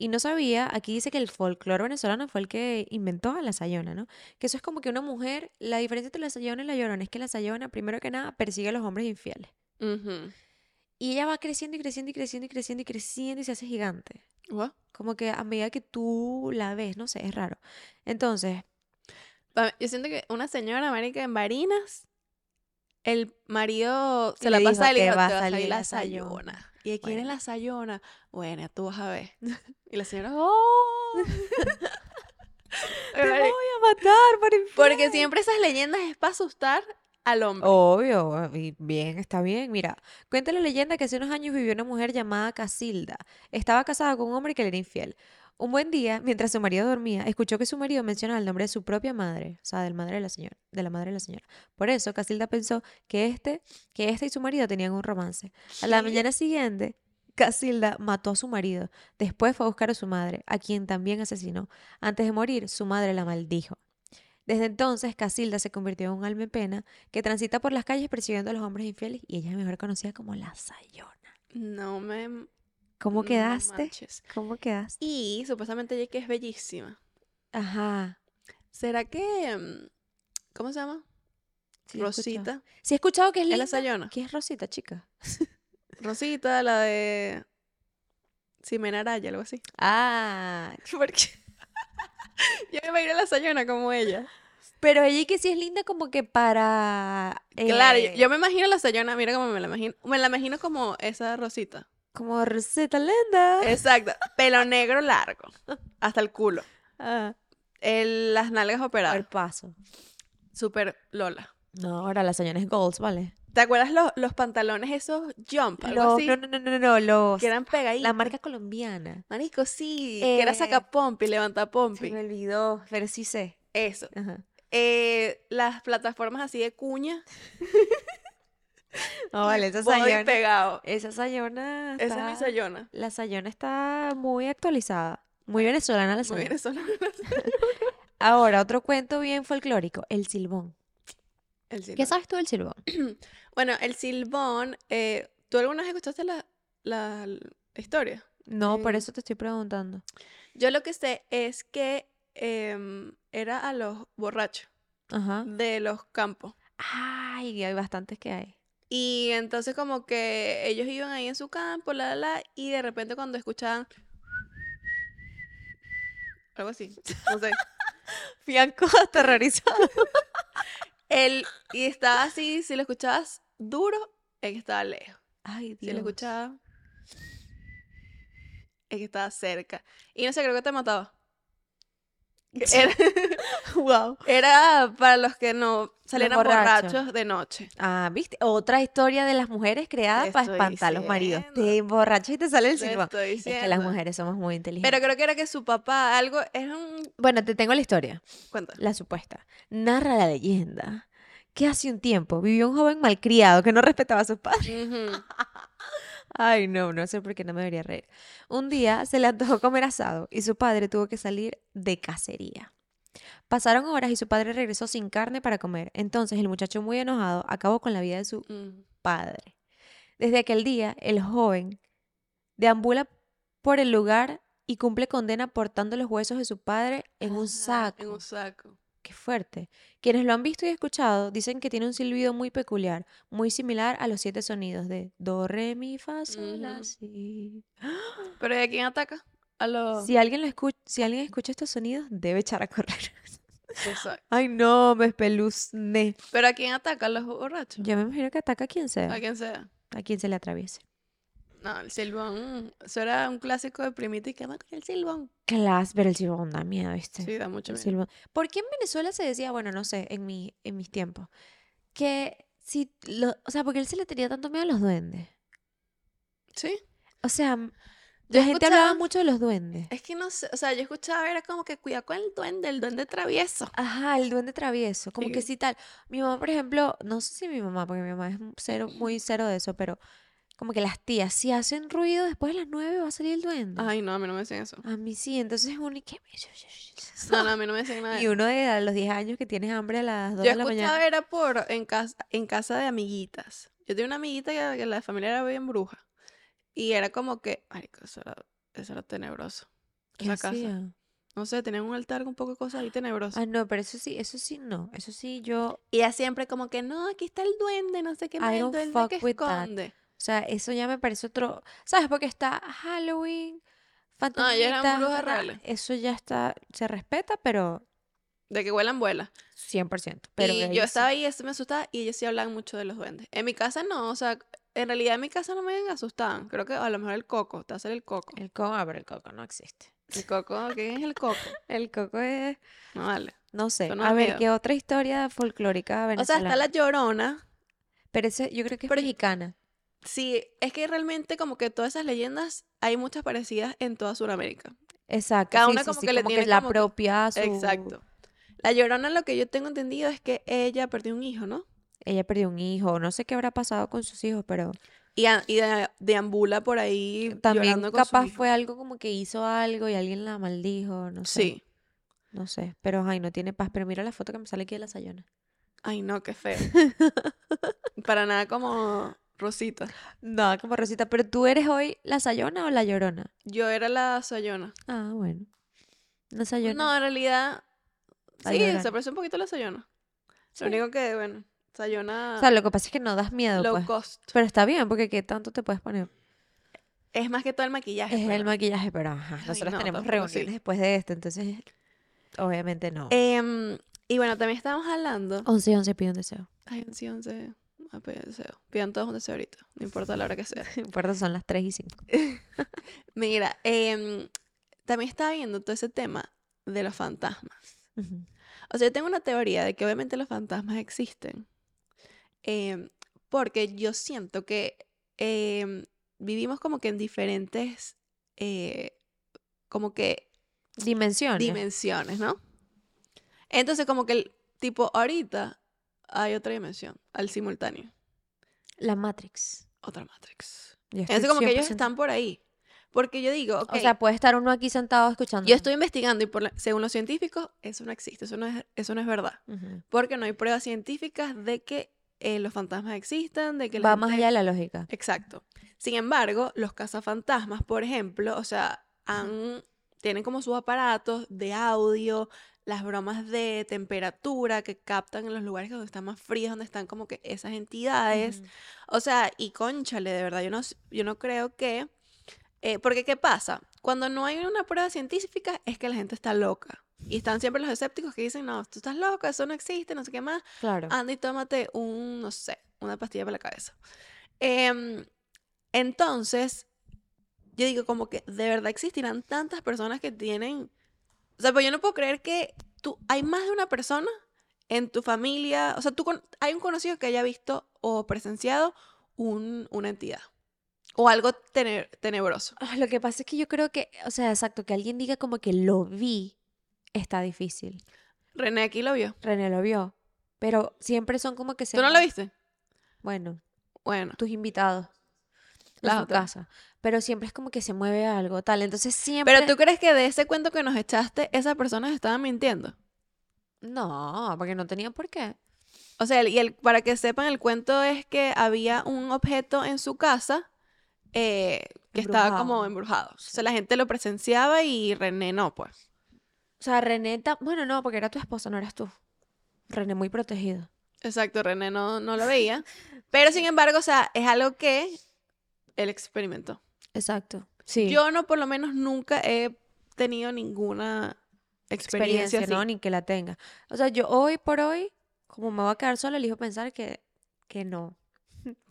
Y no sabía, aquí dice que el folclore venezolano fue el que inventó a la sayona, ¿no? Que eso es como que una mujer, la diferencia entre la sayona y la llorona es que la sayona, primero que nada, persigue a los hombres infieles. Ujú. Y ella va creciendo y creciendo y creciendo y creciendo y creciendo y se hace gigante. Guau. Como que a medida que tú la ves, no sé, es raro. Entonces, Pa- Yo siento que una señora, marica, en Barinas, el marido se Y la le pasa dijo, y le "Te dijo, va a te va a salir salir la la sayona. ¿Y de quién es Bueno. la sayona? Bueno, tú vas a ver. [laughs] Y la señora, [laughs] ¡oh! te voy Marica, a matar por Porque siempre esas leyendas es para asustar al hombre. [laughs] Obvio, y bien, está bien. Mira, cuenta la leyenda que hace unos años vivió una mujer llamada Casilda. Estaba casada con un hombre que le era infiel. Un buen día, mientras su marido dormía, escuchó que su marido mencionaba el nombre de su propia madre, o sea, del madre de la señora, de la madre de la señora. Por eso, Casilda pensó que este, que esta y su marido tenían un romance. A la mañana siguiente, Casilda mató a su marido. Después fue a buscar a su madre, a quien también asesinó. Antes de morir, su madre la maldijo. Desde entonces, Casilda se convirtió en un alma en pena que transita por las calles persiguiendo a los hombres infieles y ella es mejor conocida como la Sayona. No me... ¿Cómo Mm, no quedaste? manches. ¿Cómo quedaste? Y supuestamente ella que es bellísima. Ajá. ¿Será que... mm, ¿Cómo se llama? sí he escuchado. Rosita. Sí he escuchado que es ¿Es linda. la sayona? ¿Quién es Rosita, chica? Rosita, la de... Ximena Araya, algo así. Ah. [laughs] Porque yo me imagino a la Sayona como ella. Pero ella que sí es linda como que para... Claro, yo, eh, yo me imagino a la Sayona, mira cómo me la imagino. Me la imagino como esa rosita. Como Rosita linda. Exacto. Pelo negro largo. Hasta el culo. Ah, El- las nalgas operadas. paso. Super Lola. No, ahora la Sayona es Golds, ¿vale? ¿Te acuerdas los, los pantalones esos jump? Algo Los- así. no, no, no, no, no, los... Que eran pegaditos. La marca colombiana. Marico, sí. Que era Eh, saca pompi, levanta pompi. Se me olvidó, pero sí sé. Eso. Ajá. Eh, las plataformas así de cuña. [laughs] No, y vale, esa body Sayona... pegado. Esa Sayona Esa es mi está- Sayona. La Sayona está muy actualizada. Muy venezolana la Muy Sayona. venezolana. Ahora, otro cuento bien folclórico, el silbón. [laughs] El ¿Qué silbón. sabes tú del silbón? Bueno, el silbón, eh, ¿tú alguna vez escuchaste la, la l- historia? No, por Eh, eso te estoy preguntando. Yo lo que sé es que em, era a los borrachos Ajá. de los campos. Ay, hay bastantes que hay. Y entonces como que ellos iban ahí en su campo, la, la, la, y de repente cuando escuchaban... Algo así, no sé. Fianco [laughs] aterrorizado. El, y estaba así, si lo escuchabas duro, es que estaba lejos. Ay, Si lo Dios. escuchaba. Es que estaba cerca. Y no sé, creo que te mataba. [laughs] Era, Wow. era para los que no salieran borrachos. borrachos de noche. Ah, ¿viste? Otra historia de las mujeres creada Te para estoy espantar a los maridos. diciendo. Te emborrachas y te sale el Te silbón. estoy Es que las diciendo. mujeres somos muy Pero inteligentes. creo que era que su papá, algo, es un... Bueno, te tengo la historia. Cuenta. La supuesta. Narra la leyenda que hace un tiempo vivió un joven malcriado que no respetaba a sus padres. Ujú. Ay, no, no sé por qué no me debería reír. Un día se le antojó comer asado y su padre tuvo que salir de cacería. Pasaron horas y su padre regresó sin carne para comer. Entonces el muchacho muy enojado acabó con la vida de su Ujú. padre. Desde aquel día, el joven deambula por el lugar y cumple condena portando los huesos de su padre en Ajá, un saco. En un saco. Qué fuerte. Quienes lo han visto y escuchado dicen que tiene un silbido muy peculiar, muy similar a los siete sonidos de do, re, mi, fa, sol, la, Ujú. si. ¿Pero de quién ataca? A los... Si alguien, lo escu- si alguien escucha estos sonidos, debe echar a correr. [laughs] Exacto. Ay, no, me espeluzné. ¿Pero a quién ataca? ¿A los borrachos? Yo me imagino que ataca a quien ¿A sea, quién sea? a quien se le atraviese. No, el silbón. mm, Eso era un clásico de primita y que no, el silbón. Clas, pero el silbón da miedo, ¿viste? Sí, da mucho El miedo. silbón. ¿Por qué en Venezuela se decía, bueno, no sé, en, mi, en mis tiempos, que si, lo- o sea, porque él se le tenía tanto miedo a los duendes? Sí. O sea, La gente hablaba escuchaba- mucho de los duendes. Es que no sé, o sea, yo escuchaba, era como que cuidado con el duende, el duende travieso. Ajá, el duende travieso, como que Sí. sí tal. Mi mamá, por ejemplo, no sé si mi mamá, porque mi mamá es un cero, muy cero de eso, pero como que las tías, si hacen ruido después de las nueve va a salir el duende. Ay, no, a mí no me decían [laughs] eso. A mí sí, entonces uno y que... No, no, a mí no me decían nada. de Y eso. uno de a los 10 años que tienes hambre a las 2 Yo de la escuchaba mañana. era por en casa, en casa de amiguitas. Yo tenía una amiguita que, que la familia era bien bruja. Y era como que, marico, eso era, eso era tenebroso. ¿Qué esa casa. hacía? No sé, tenían un altar con un poco de cosas ahí tenebrosas. Ah, no, pero eso sí, eso sí, no. Eso sí, yo, Y ella siempre como que, no, aquí está el duende, no sé qué I más, el don't duende que fuck with that. esconde. o sea, eso ya me parece otro. ¿Sabes? Porque está Halloween, Ah, eran fantasmitas, brujas ta, ta, reales. Eso ya está, se respeta, pero De que vuelan, vuela. 100%. Pero y de ahí yo sí. estaba ahí, eso me asustaba, y ellos sí hablaban mucho de los duendes. En mi casa no, o sea, en realidad en mi casa no me asustaban. Creo que a lo mejor el coco, te hace el coco. El coco, ah, pero el coco no existe. El coco, ¿quién es el coco? El coco es, No [laughs] vale. no sé. Eso no a da ver, miedo. ¿qué otra historia folclórica O sea, venezolana? está la llorona. Pero ese yo creo que es Pero- mexicana. Sí, es que realmente como que todas esas leyendas hay muchas parecidas en toda Sudamérica. Exacto. Cada sí, una sí, como sí, que le tiene la como que- propia, su- Exacto. La llorona, lo que yo tengo entendido es que ella perdió un hijo, ¿no? Ella perdió un hijo, no sé qué habrá pasado con sus hijos, pero Y, a- y de- deambula por ahí también llorando con su capaz hijo. fue algo como que hizo algo y alguien la maldijo, no sé. Sí. No sé, pero ay, no tiene paz. Pero mira la foto que me sale aquí de la Sayona. Ay, no, qué [laughs] feo. Para nada como Rosita. No, como Rosita, pero tú eres hoy la Sayona o la Llorona? Yo era la Sayona. Ah, bueno. La Sayona. No, en realidad. La sí, Llorona. se parece un poquito a la Sayona. Sí. Lo único que, bueno, Sayona O sea, lo que pasa es que no das miedo, low pues. cost. Pero está bien, porque ¿qué tanto te puedes poner? Es más que todo el maquillaje. pues, Es el pero- maquillaje, pero ajá, Ay, nosotros no, tenemos tampoco sí. reuniones después de esto, entonces obviamente no. Em, y bueno, también estábamos hablando. 11 y 11 pide un [laughs] deseo. Ay, un sí, once. Ah, pues, deseo. Pidan todos un deseo ahorita. No importa la hora que sea. No importa, son las 3 y 5. Mira, em, también estaba viendo todo ese tema de los fantasmas. O sea, yo tengo una teoría de que obviamente los fantasmas existen. em, porque yo siento que em, vivimos como que en diferentes, eh, como que Dimensiones. dimensiones, ¿no? Entonces, como que el tipo, ahorita hay otra dimensión, al simultáneo, La Matrix. otra Matrix. Yo estoy Entonces, como que ellos 100%. están por ahí. Porque yo digo, O ok, sea, puede estar uno aquí sentado escuchando. yo estoy investigando y por la- según los científicos, eso no existe, eso no es, eso no es verdad. Ujú. Porque no hay pruebas científicas de que eh, los fantasmas existan, de que la Va más gente- allá de la lógica. Exacto. Sin embargo, los cazafantasmas, por ejemplo, o sea, han, tienen como sus aparatos de audio, las bromas de temperatura que captan en los lugares donde están más fríos, donde están como que esas entidades. Ujú. O sea, y cónchale, de verdad, yo no, s- yo no creo que... eh, porque, ¿qué pasa? Cuando no hay una prueba científica es que la gente está loca. Y están siempre los escépticos que dicen, no, tú estás loca, eso no existe, no sé qué más. Claro. Anda y tómate un, no sé, una pastilla para la cabeza. Em, entonces, yo digo como que de verdad existirán tantas personas que tienen... O sea, pues yo no puedo creer que tú... Hay más de una persona en tu familia. O sea, tú con- hay un conocido que haya visto o presenciado un, una entidad. O algo tene- tenebroso. Ah, Lo que pasa es que yo creo que, o sea, exacto, que alguien diga como que lo vi está difícil. René aquí lo vio. René lo vio, pero siempre son como que se... ¿Tú no lo viste? Bueno, Bueno. tus invitados. Las La otras. casa. Pero siempre es como que se mueve algo, tal. Entonces siempre... Pero tú crees que de ese cuento que nos echaste, esas personas estaban mintiendo. No, porque no tenía por qué. O sea, el- y el, para que sepan, el cuento es que había un objeto en su casa eh, que estaba como Embrujado. embrujado. O sea, la gente lo presenciaba y René no, pues. O sea, René... ta- Bueno, no, porque era tu esposa, no eras tú. René muy protegido. Exacto, René no, no lo veía. Pero sin embargo, o sea, es algo que él experimentó. Exacto. Sí. Yo no, por lo menos, nunca he tenido ninguna experiencia, experiencia, así. ¿no? Ni que la tenga. O sea, yo hoy por hoy, como me voy a quedar sola, elijo pensar que, que no.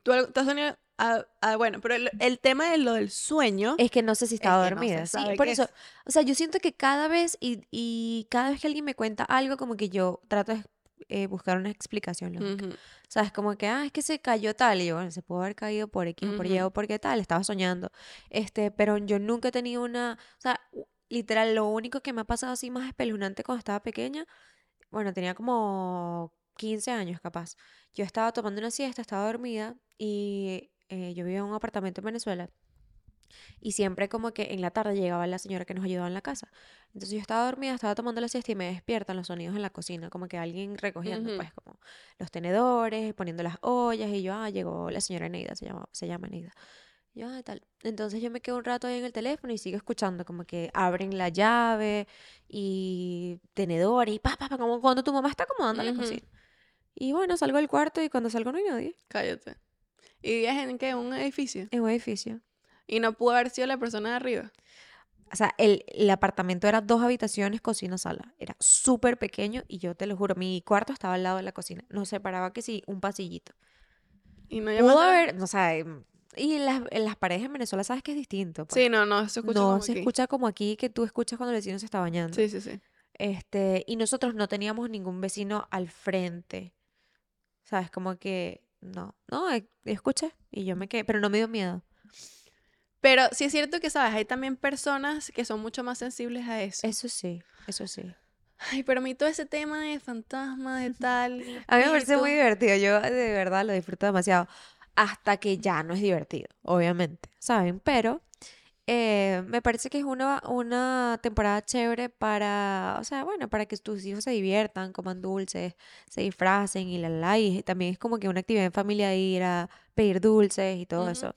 ¿Tú, algo- tú has tenido... ah, ah, bueno, pero el, el tema de lo del sueño... Es que no sé si estaba que no se dormida. sí, sabe por qué eso, es. o sea, yo siento que cada vez y, y cada vez que alguien me cuenta algo, como que yo trato de eh, buscar una explicación lógica. Ujú. O sea, es como que, ah, es que se cayó tal. Y yo, bueno, se pudo haber caído por X o por Y Ujú. o por qué tal. Estaba soñando. Este, pero yo nunca he tenido una. O sea, u- literal, lo único que me ha pasado así más espeluznante cuando estaba pequeña, bueno, tenía como 15 años capaz. Yo estaba tomando una siesta, estaba dormida y eh, yo vivía en un apartamento en Venezuela. Y siempre como que en la tarde llegaba la señora que nos ayudaba en la casa. Entonces yo estaba dormida, estaba tomando la siesta y me despiertan los sonidos en la cocina, como que alguien recogiendo, Ujú. pues, como los tenedores, poniendo las ollas y yo, ah, llegó la señora Neida, se llama, se llama Neida. Y Yo, ah, tal. Entonces yo me quedo un rato ahí en el teléfono y sigo escuchando como que abren la llave y tenedores y pa, pa, pa, como cuando tu mamá está acomodando la Ujú. cocina. Y bueno, salgo del cuarto y cuando salgo no hay nadie. Cállate. ¿Y vivías en qué? ¿Un edificio? En un edificio. Y no pudo haber sido la persona de arriba. O sea, el, el apartamento era dos habitaciones, cocina, sala. Era súper pequeño y yo te lo juro, mi cuarto estaba al lado de la cocina. Nos separaba que sí, un pasillito. Y no Pudo llamaste. a- haber, o sea, em, y en las, en las paredes en Venezuela sabes que es distinto. pues. Sí, no, no, se escucha no como se aquí. escucha como aquí que tú escuchas cuando el vecino se está bañando. Sí, sí, sí. Este, y nosotros no teníamos ningún vecino al frente. ¿Sabes? Como que no, no, eh, escuché y yo me quedé, pero no me dio miedo. Pero sí es cierto que, ¿sabes? Hay también personas que son mucho más sensibles a eso. Eso sí, eso sí. Ay, pero a mí todo ese tema de fantasmas, de tal. y A mí me parece muy espíritus. divertido, yo de verdad lo disfruto demasiado. Hasta que ya no es divertido, obviamente, ¿saben? Pero eh, me parece que es una, una temporada chévere para, o sea, bueno, para que tus hijos se diviertan, coman dulces, se disfracen y la la. la, Y también es como que una actividad en familia ir a pedir dulces y todo Ujú. eso.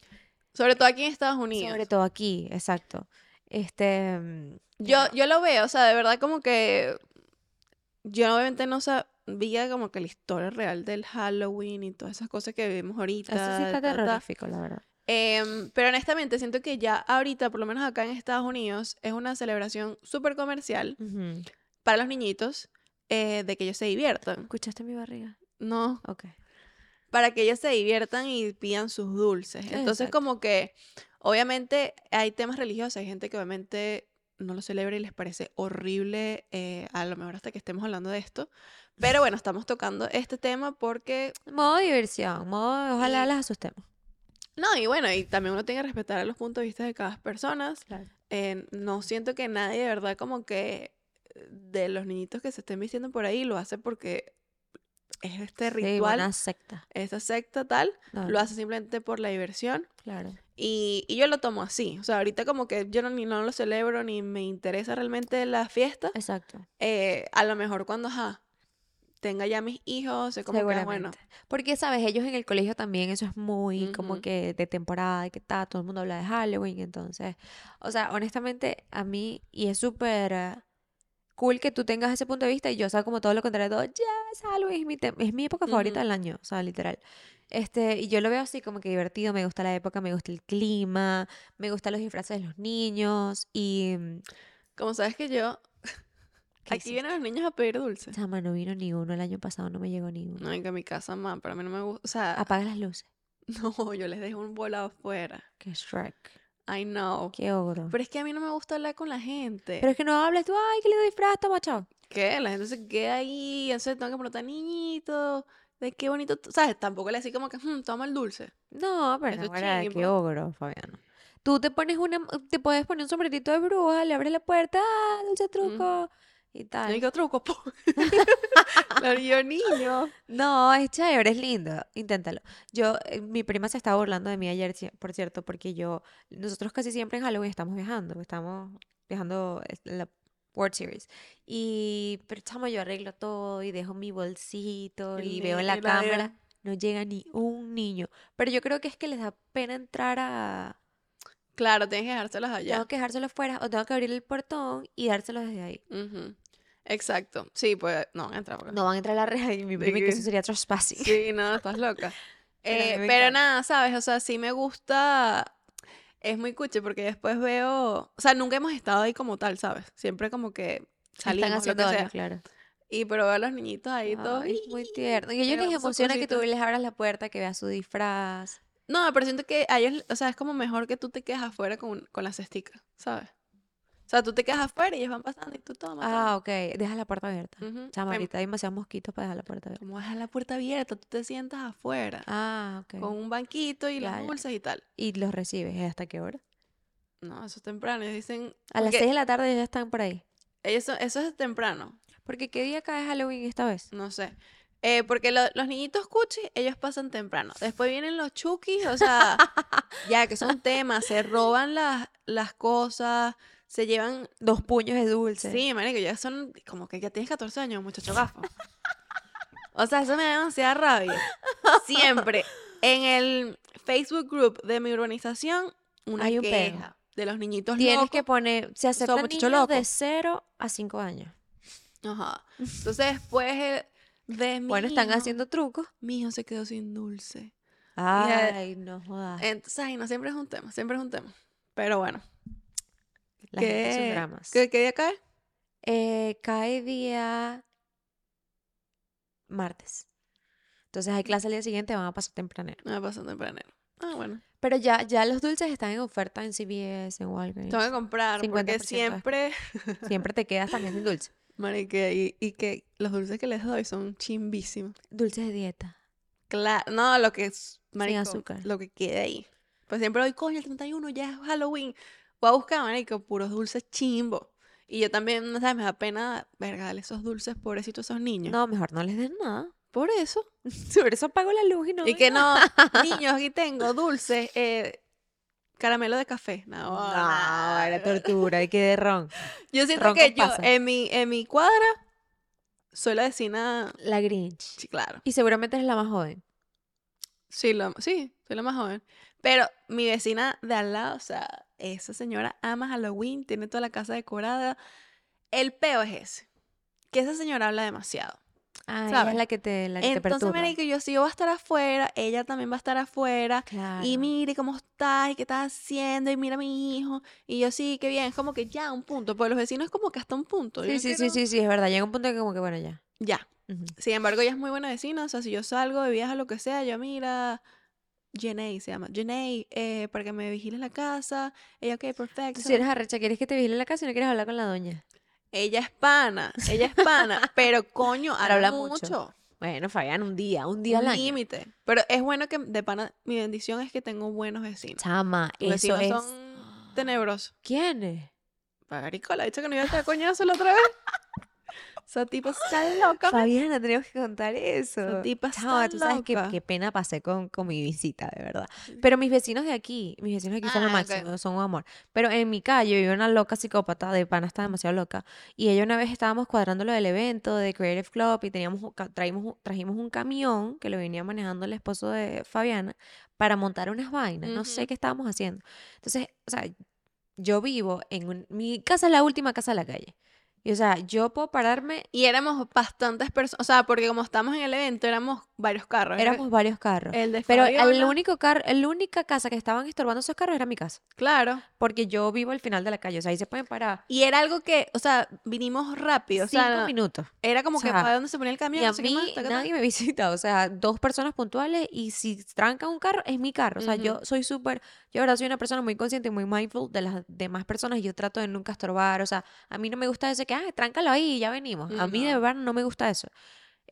Sobre todo aquí en Estados Unidos. Sobre todo aquí, exacto. Este, mm, Yo, pero- yo lo veo, o sea, de verdad como que yo obviamente no sabía como que la historia real del Halloween y todas esas cosas que vivimos ahorita. eso sí ta, está ta. terrorífico, la verdad. Em, pero honestamente siento que ya ahorita, por lo menos acá en Estados Unidos, es una celebración súper comercial Ujú. para los niñitos eh, de que ellos se diviertan. ¿Escuchaste mi barriga? No, Ok. para que ellos se diviertan y pidan sus dulces. Entonces Exacto. como que obviamente hay temas religiosos, hay gente que obviamente no lo celebra y les parece horrible, eh, a lo mejor hasta que estemos hablando de esto. Pero bueno, estamos tocando este tema porque, Modo diversión, modo, ojalá Y- las asustemos. no, y bueno, y también uno tiene que respetar los puntos de vista de cada persona. Claro. eh, no siento que nadie, de verdad, como que eh, de los niñitos que se estén vistiendo por ahí, lo hace porque es este Sí, ritual, buena secta. esta secta tal, No, lo no, hace simplemente por la diversión. claro. Y, y yo lo tomo así. O sea, ahorita como que yo no, ni no lo celebro, ni me interesa realmente la fiesta. Exacto. eh, a lo mejor cuando ajá, tenga ya mis hijos, sé como que, ah, bueno, Seguramente. ah, Porque, sabes, ellos en el colegio también, eso es muy como Ujú. que de temporada, y que está, todo el mundo habla de Halloween, entonces, o sea, honestamente, a mí, y es súper eh, cool que tú tengas ese punto de vista y yo, o sea, como todo lo contrario, todo, yes, Halloween es mi, tem- es mi época favorita Ujú. del año, o sea, literal. Este, y yo lo veo así como que divertido, me gusta la época, me gusta el clima, me gustan los disfraces de los niños y... mm, como sabes que yo, ¿Qué aquí vienen hiciste? los niños a pedir dulce. Chama, no vino ni uno, el año pasado no me llegó ni uno. No, en que mi casa, man, para mí no me gusta, o sea, [laughs] Apaga las luces. no, yo les dejo un volado afuera. Qué Shrek. I know. Qué ogro. Pero es que a mí no me gusta hablar con la gente. Pero es que no hables tú, ay, qué lindo disfraz, toma, chao. ¿Qué? La gente se queda ahí, entonces tengo que preguntar, niñito, de qué bonito, tú-". ¿sabes? Tampoco le así como que, "Mm, toma el dulce. No, pero Eso es ahora, qué chimbo. ogro, Fabiano. Tú te pones una, te puedes poner un sombrerito de bruja, le abres la puerta, ah, dulce Ujú. truco, y No hay tal. que otro copo. [laughs] Claro, yo niño. No, es chévere, es lindo. Inténtalo. Yo, eh, mi prima se estaba burlando de mí ayer, ci- por cierto, porque yo, nosotros casi siempre en Halloween estamos viajando, estamos viajando es- la World Series. Y, pero chamo, yo arreglo todo y dejo mi bolsito Y y veo ni- en la y nadie. cámara, no llega ni un niño. Pero yo creo que es que les da pena entrar a, Claro, tienes que dejárselos allá. tengo que dejárselo fuera o tengo que abrir el portón y dárselo desde ahí. Ujú. Exacto. Sí, pues, no, entra por acá. No van a entrar a la reja y mi De prima y que eso que- sería trespassing. Sí, no, estás loca. [laughs] Pero a mí Eh, me pero encanta. nada, ¿sabes? O sea, sí me gusta. Es muy cuche porque después veo. O sea, nunca hemos estado ahí como tal, ¿sabes? Siempre como que [laughs] Están salimos, lo haciendo que algo, sea. claro. Y pero veo a los niñitos ahí todos. Ay, es muy tierno. Y a ellos les Agarrando sus emociona que tú cositas. les abras la puerta, que veas su disfraz. No, pero siento que a ellos. O sea, es como mejor que tú te quedes afuera con, con la cestica, ¿sabes? sea, tú te quedas afuera y ellos van pasando y tú tomas. Ah, ok. Deja la puerta abierta. tomas. Ujú. Chama, Ay, ahorita hay demasiados mosquitos para dejar la puerta abierta. Como dejas la puerta abierta, tú te sientas afuera Ah, ok. con un banquito y Ya, las ya. bolsas y tal. ¿Y los recibes? ¿Eh, ¿Hasta qué hora? No, eso es temprano. Ellos dicen. A las porque 6 de la tarde ya están por ahí. Eso, eso es temprano. Porque ¿qué día cae Halloween esta vez? No sé. Eh, porque lo- los niñitos cuchis, ellos pasan temprano. Después vienen los chukis, o [laughs] sea, ya que son temas, se roban las, las cosas, se llevan. Dos puños de dulce. Sí, marico, ya son como que ya tienes 14 años, muchacho gafo. O sea, eso me da demasiada rabia. Siempre. En el Facebook group de mi urbanización, una Hay un pedo. queja de los niñitos Tienes locos. que poner, se aceptan muchacho niños de loco. 0 a 5 años. Ajá. Entonces, después eh, de mi Bueno, están hijo, haciendo trucos. Mi hijo se quedó sin dulce. Ay, no jodas. Entonces, ay, no, siempre es un tema, siempre es un tema. Pero bueno, La gente y sus ¿qué- dramas. ¿qué, qué día cae? Eh, cae día martes. Entonces hay clase al día siguiente, van a pasar tempranero. Me pasa temprano. Ah, bueno. Pero ya, ya los dulces están en oferta en CVS, en Walgreens. [laughs] Tengo que comprar 50% de porque descuento. siempre, Siempre te quedas también sin dulce. marique, y, y que los dulces que les doy son chimbísimos. Dulces de dieta. Claro, no, lo que es, marico, azúcar. lo que quede ahí. Pues siempre doy, coño, el 31 ya es Halloween. Voy a buscar, marico, puros dulces chimbo. Y yo también, no sabes, me da pena, verga, dale esos dulces, pobrecitos esos niños. No, mejor no les den nada. Por eso. [laughs] Sobre eso apago la luz y no. Y doy que nada. no, niños, aquí tengo dulces, eh, caramelo de café. No, [laughs] No, nada. era tortura, y que de ron. Yo siento ron que con yo pasas. en mi, en mi cuadra soy la vecina, [laughs] La Grinch. sí, claro. Y seguramente es la más joven. Sí, la- sí, soy la más joven. Pero mi vecina de al lado, o sea, esa señora ama Halloween, tiene toda la casa decorada. El peo es ese, que esa señora habla demasiado. Ah, ella ¿Sabes? es la que te, la que te Entonces, perturba. marico, yo si yo voy a estar afuera, ella también va a estar afuera. Y Claro. mire cómo estás y qué estás haciendo y mira a mi hijo. Y yo sí, qué bien. Es como que ya un punto. Pues los vecinos es como que hasta un punto. yo Sí, sí, sí, quiero- sí, sí, es verdad. Llega un punto que como que bueno, ya. Ya. Ujú. Sin embargo, ella es muy buena vecina. O sea, si yo salgo de viaje o lo que sea, yo mira. Jenny se llama. Jenny, eh, para que me vigiles la casa. Ella, ok, perfecto. Tú si eres arrecha, quieres que te vigile la casa y no quieres hablar con la doña. Ella es pana. Ella es [laughs] pana. pero coño, Pero habla habla mucho. mucho. Bueno, Fabián, un día, un día al Un año. límite. Pero es bueno que de pana. Mi bendición es que tengo buenos vecinos. Chama, Los eso vecinos es. son tenebrosos. ¿Quién es? Pagaricola, dicho que no iba a estar coñazo la otra vez. [laughs] Esa tipa está loca. Fabiana, tenemos que contar eso. Esa tipa Chama, está tú sabes que- loca. qué pena pasé con, con mi visita, de verdad. Pero mis vecinos de aquí, mis vecinos de aquí son lo Ah, ok. máximo, son un amor. Pero en mi calle vive una loca psicópata, de pana está demasiado loca. Y ella una vez estábamos cuadrando lo del evento de Creative Club y teníamos, un ca- traímos, un- trajimos un camión que lo venía manejando el esposo de Fabiana para montar unas vainas. No sé Ujú. qué estábamos haciendo. Entonces, o sea, yo vivo en un- mi casa es la última casa de la calle. Y o sea, yo puedo pararme Y éramos bastantes personas, o sea, porque como estamos en el evento, éramos varios carros. Era Éramos varios carros. el de Pero el Fabiola, único carro, la única casa que estaban estorbando esos carros era mi casa. Claro. Porque yo vivo al final de la calle. O sea, ahí se pueden parar Y era algo que, o sea, vinimos rápido, o cinco sea, minutos. era como o que sea, para dónde se ponía el camión, Y a no sé qué más, mí taca, taca. nadie me visita. O sea, dos personas puntuales. Y si tranca un carro, es mi carro. O sea, yo Ujú. soy súper. Yo ahora soy una persona muy consciente y muy mindful de las demás personas. y Yo trato de nunca estorbar. O sea, a mí no me gusta eso que, ah, tráncalo ahí y ya venimos. A mí de No. verdad no me gusta eso.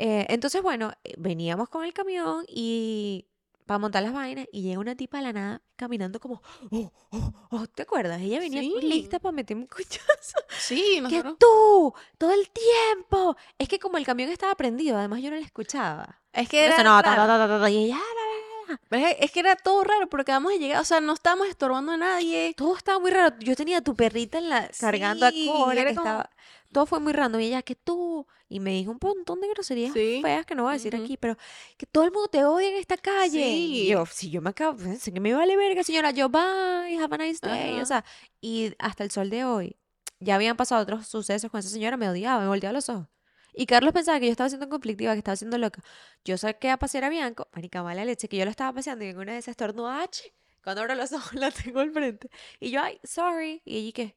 Eh, entonces, bueno, eh, veníamos con el camión y para montar las vainas y llega una tipa de la nada caminando como, oh, oh, oh, ¿te acuerdas? Ella venía Sí. lista para meterme un cuchazo. Sí, Que nosotros. tú, todo el tiempo. Es que como el camión estaba prendido, además yo no la escuchaba. Es que Porque era sonaba ta, raro. ta, ta, ta, ta, y ella, "Ah, la, la, la". Pero Es es que era todo raro porque acabamos de llegar, o sea, no estábamos estorbando a nadie. Todo estaba muy raro. Yo tenía a tu perrita en la, cargando Sí, a Cora, era que como- estaba- Todo fue muy random. Y ella, que tú. Y me dijo un montón de groserías Sí, feas que no voy a decir ujú. aquí, pero que todo el mundo te odia en esta calle. Y Sí. yo, si yo me acabo, pues, sé que me vale verga, señora. Yo, bye, have a nice day. Ajá. O sea, y hasta el sol de hoy, ya habían pasado otros sucesos con esa señora, me odiaba, me volteaba los ojos. Y Carlos pensaba que yo estaba siendo conflictiva, que estaba siendo loca. Yo saqué a pasear a Bianco, marica mala leche, que yo lo estaba paseando y en una de esas estornuda, ¡ach! [laughs] Cuando abro los ojos la tengo al frente. Y yo, ay, sorry. Y allí qué,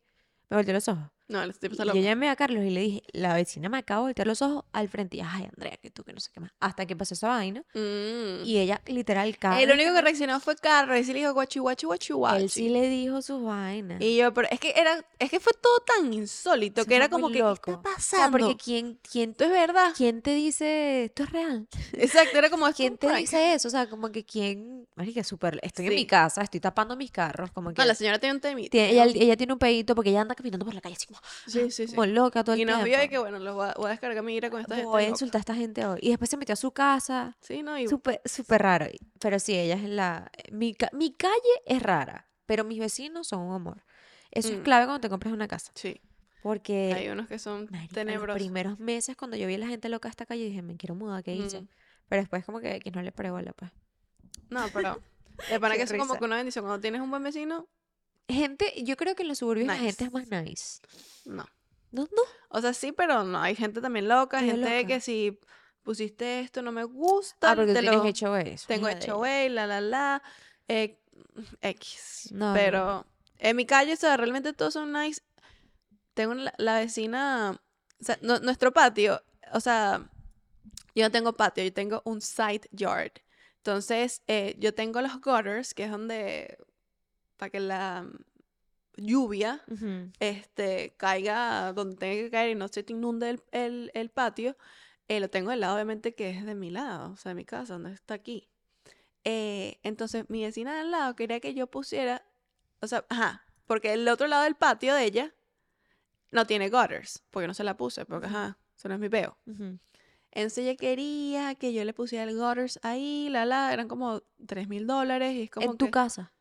me volteó los ojos. No, el tipo está Y loco. yo llamé a Carlos y le dije, la vecina me acaba de voltear los ojos al frente. Y, ay, Andrea, que tú, que no sé qué más. Hasta que pasó esa vaina. Mm. Y ella, literal, cada El vez único que reaccionó fue Carlos. Y sí le dijo guachi, guachi, guachi, guachi. Él sí le dijo sus vainas. Y yo, pero es que era, es que fue todo tan insólito Eso que era fue muy como que ¿qué loco. está O sea, pasando? porque ¿quién, quién, Esto es [laughs] verdad. quién te dice esto es real? Exacto, era como esto es ¿Quién un te prank. dice eso? O sea, como que quién... Marica, súper... Estoy en mi Sí. casa, estoy tapando mis carros, como que... No, la señora tiene un temito. tiene- ella, ella tiene un pedito porque ella anda caminando por la calle así como, Sí, sí, sí. como loca todo el Y nos vio tiempo. de que bueno, los voy a, voy a descargar mi ira con esta gente. Voy a loca. insultar a esta gente hoy. Y después se metió a su casa. Sí, no, y Súper, súper raro. Pero sí, ella es la... Mi, ca- mi calle es rara, pero mis vecinos son un amor. Eso es Mm. clave cuando te compras una casa. sí, Porque... hay unos que son Marica, los tenebrosos. primeros meses cuando yo vi a la gente loca de esta calle dije, me quiero mudar, ¿qué hice? Mm. Pero después como que, que no le paré bola, pues. No, [laughs] pero de pana Qué que es como risa. que una bendición cuando tienes un buen vecino, Gente, yo creo que en los suburbios la gente es Nice. más nice. Ah, no. No, no. O sea, sí, pero no, hay gente también loca, Medio gente de loca. que si pusiste esto no me gusta, Ah, porque tú te tienes lo- hecho eso. tengo mira de hecho ahí. güey, la la la eh, X. No, no, no. pero en mi calle, o sea, realmente todos son nice. Tengo la, la vecina, o sea, nu- nuestro patio, o sea, yo no tengo patio, yo tengo un side yard. Entonces, eh, yo tengo los gutters, que es donde para que la lluvia Ujú. este, caiga donde tenga que caer y no se te inunde el, el- el patio, eh, lo tengo del lado, obviamente, que es de mi lado, o sea, de mi casa, donde está aquí. Eh, entonces, mi vecina del lado quería que yo pusiera, o sea, ajá, porque el otro lado del patio de ella no tiene gutters, porque no se la puse, porque ajá, eso no es mi peo. Ujú. Entonces ella quería que yo le pusiera el gutters ahí, la la, eran como 3 mil dólares y es como En tu que- casa.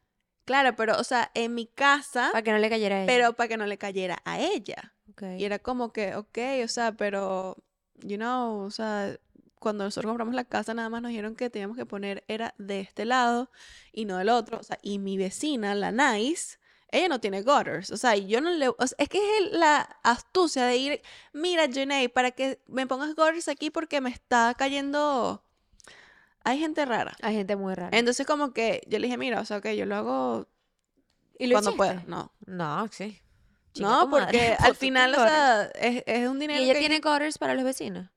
Claro, pero, o sea, en mi casa, Para que no le cayera a ella. pero para que no le cayera a ella. Ok. Y era como que, ok, o sea, pero, you know, o sea, cuando nosotros compramos la casa nada más nos dijeron que teníamos que poner era de este lado y no del otro. O sea, y mi vecina, la Nice, ella no tiene gutters. O sea, y yo no le... o sea, es que es el- la astucia de ir, mira, Jenny, para que me pongas gutters aquí porque me está cayendo... Hay gente rara. Hay gente muy rara. Entonces como que yo le dije, mira, o sea, ok, yo lo hago ¿Y lo cuando pueda. hiciste? No. No, sí. Chica, no, tu madre, porque [laughs] pon al tus final, o gutters. sea, es, es un dinero Y ella que- tiene covers para los vecinos.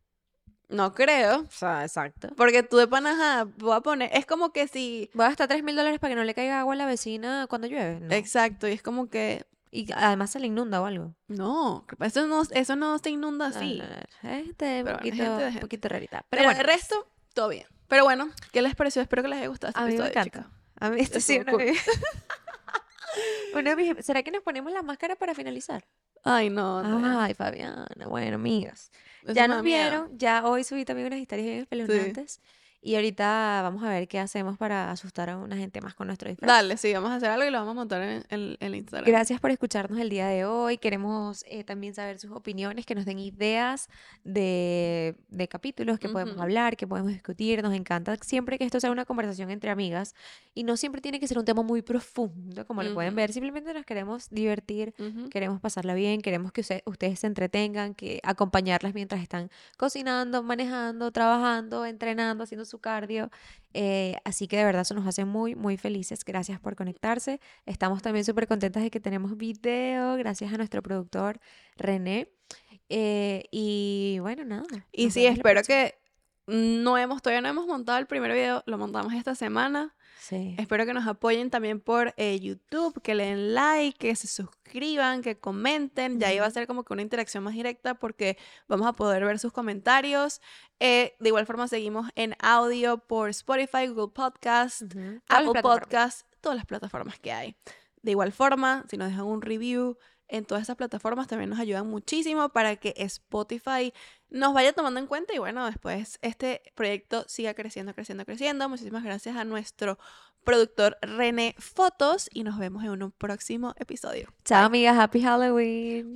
No creo. O sea, exacto. Porque tú de panaja voy a poner. Es como que si. Voy a gastar 3 mil dólares para que no le caiga agua a la vecina cuando llueve. No. Exacto, y es como que. Y además se le inunda o algo. No, eso no, eso no se inunda así. No, no, no. Gente, un bueno, poquito, gente de un gente. poquito rarita. Pero, Pero bueno, el resto, todo bien. Pero bueno, ¿qué les pareció? Espero que les haya gustado este a mí me episodio, encanta. chicas. A mí esto sí, Estuvo una de [laughs] mis- una de mis- em, ¿Será que nos ponemos la máscara para finalizar? Ay, no. Andrea, Ay, Fabiana, bueno, amigas. eso ya me nos da miedo. vieron, ya hoy subí también unas historias bien espeluznantes. Y ahorita vamos a ver qué hacemos para asustar a una gente más con nuestro disfraz. Dale, sí, vamos a hacer algo y lo vamos a montar en el en Instagram. Gracias por escucharnos el día de hoy. Queremos eh, también saber sus opiniones, que nos den ideas de, de capítulos que podemos Ujú. hablar, que podemos discutir. Nos encanta siempre que esto sea una conversación entre amigas y no siempre tiene que ser un tema muy profundo, como lo pueden Ujú. ver. Simplemente nos queremos divertir, Ujú. queremos pasarla bien, queremos que use- ustedes se entretengan, que acompañarlas mientras están cocinando, manejando, trabajando, entrenando, haciendo su cardio. Eh, así que de verdad eso nos hace muy, muy felices. Gracias por conectarse. Estamos también súper contentas de que tenemos video, gracias a nuestro productor René. Eh, y bueno, nada. Y nos sí, vemos la espero próxima. que. No hemos, todavía no hemos montado el primer video, lo montamos esta semana. Sí. Espero que nos apoyen también por eh, YouTube, que le den like, que se suscriban, que comenten. Ya ahí va a Ujú. ser como que una interacción más directa porque vamos a poder ver sus comentarios. Eh, de igual forma, seguimos en audio por Spotify, Google Podcast, Ujú. Todas las Apple plataformas. Podcast, todas las plataformas que hay. De igual forma, si nos dejan un review en todas esas plataformas, también nos ayudan muchísimo para que Spotify nos vaya tomando en cuenta y bueno, después este proyecto siga creciendo, creciendo, creciendo. Muchísimas gracias a nuestro productor René Fotos y nos vemos en un próximo episodio. Chao, amigas. Happy Halloween.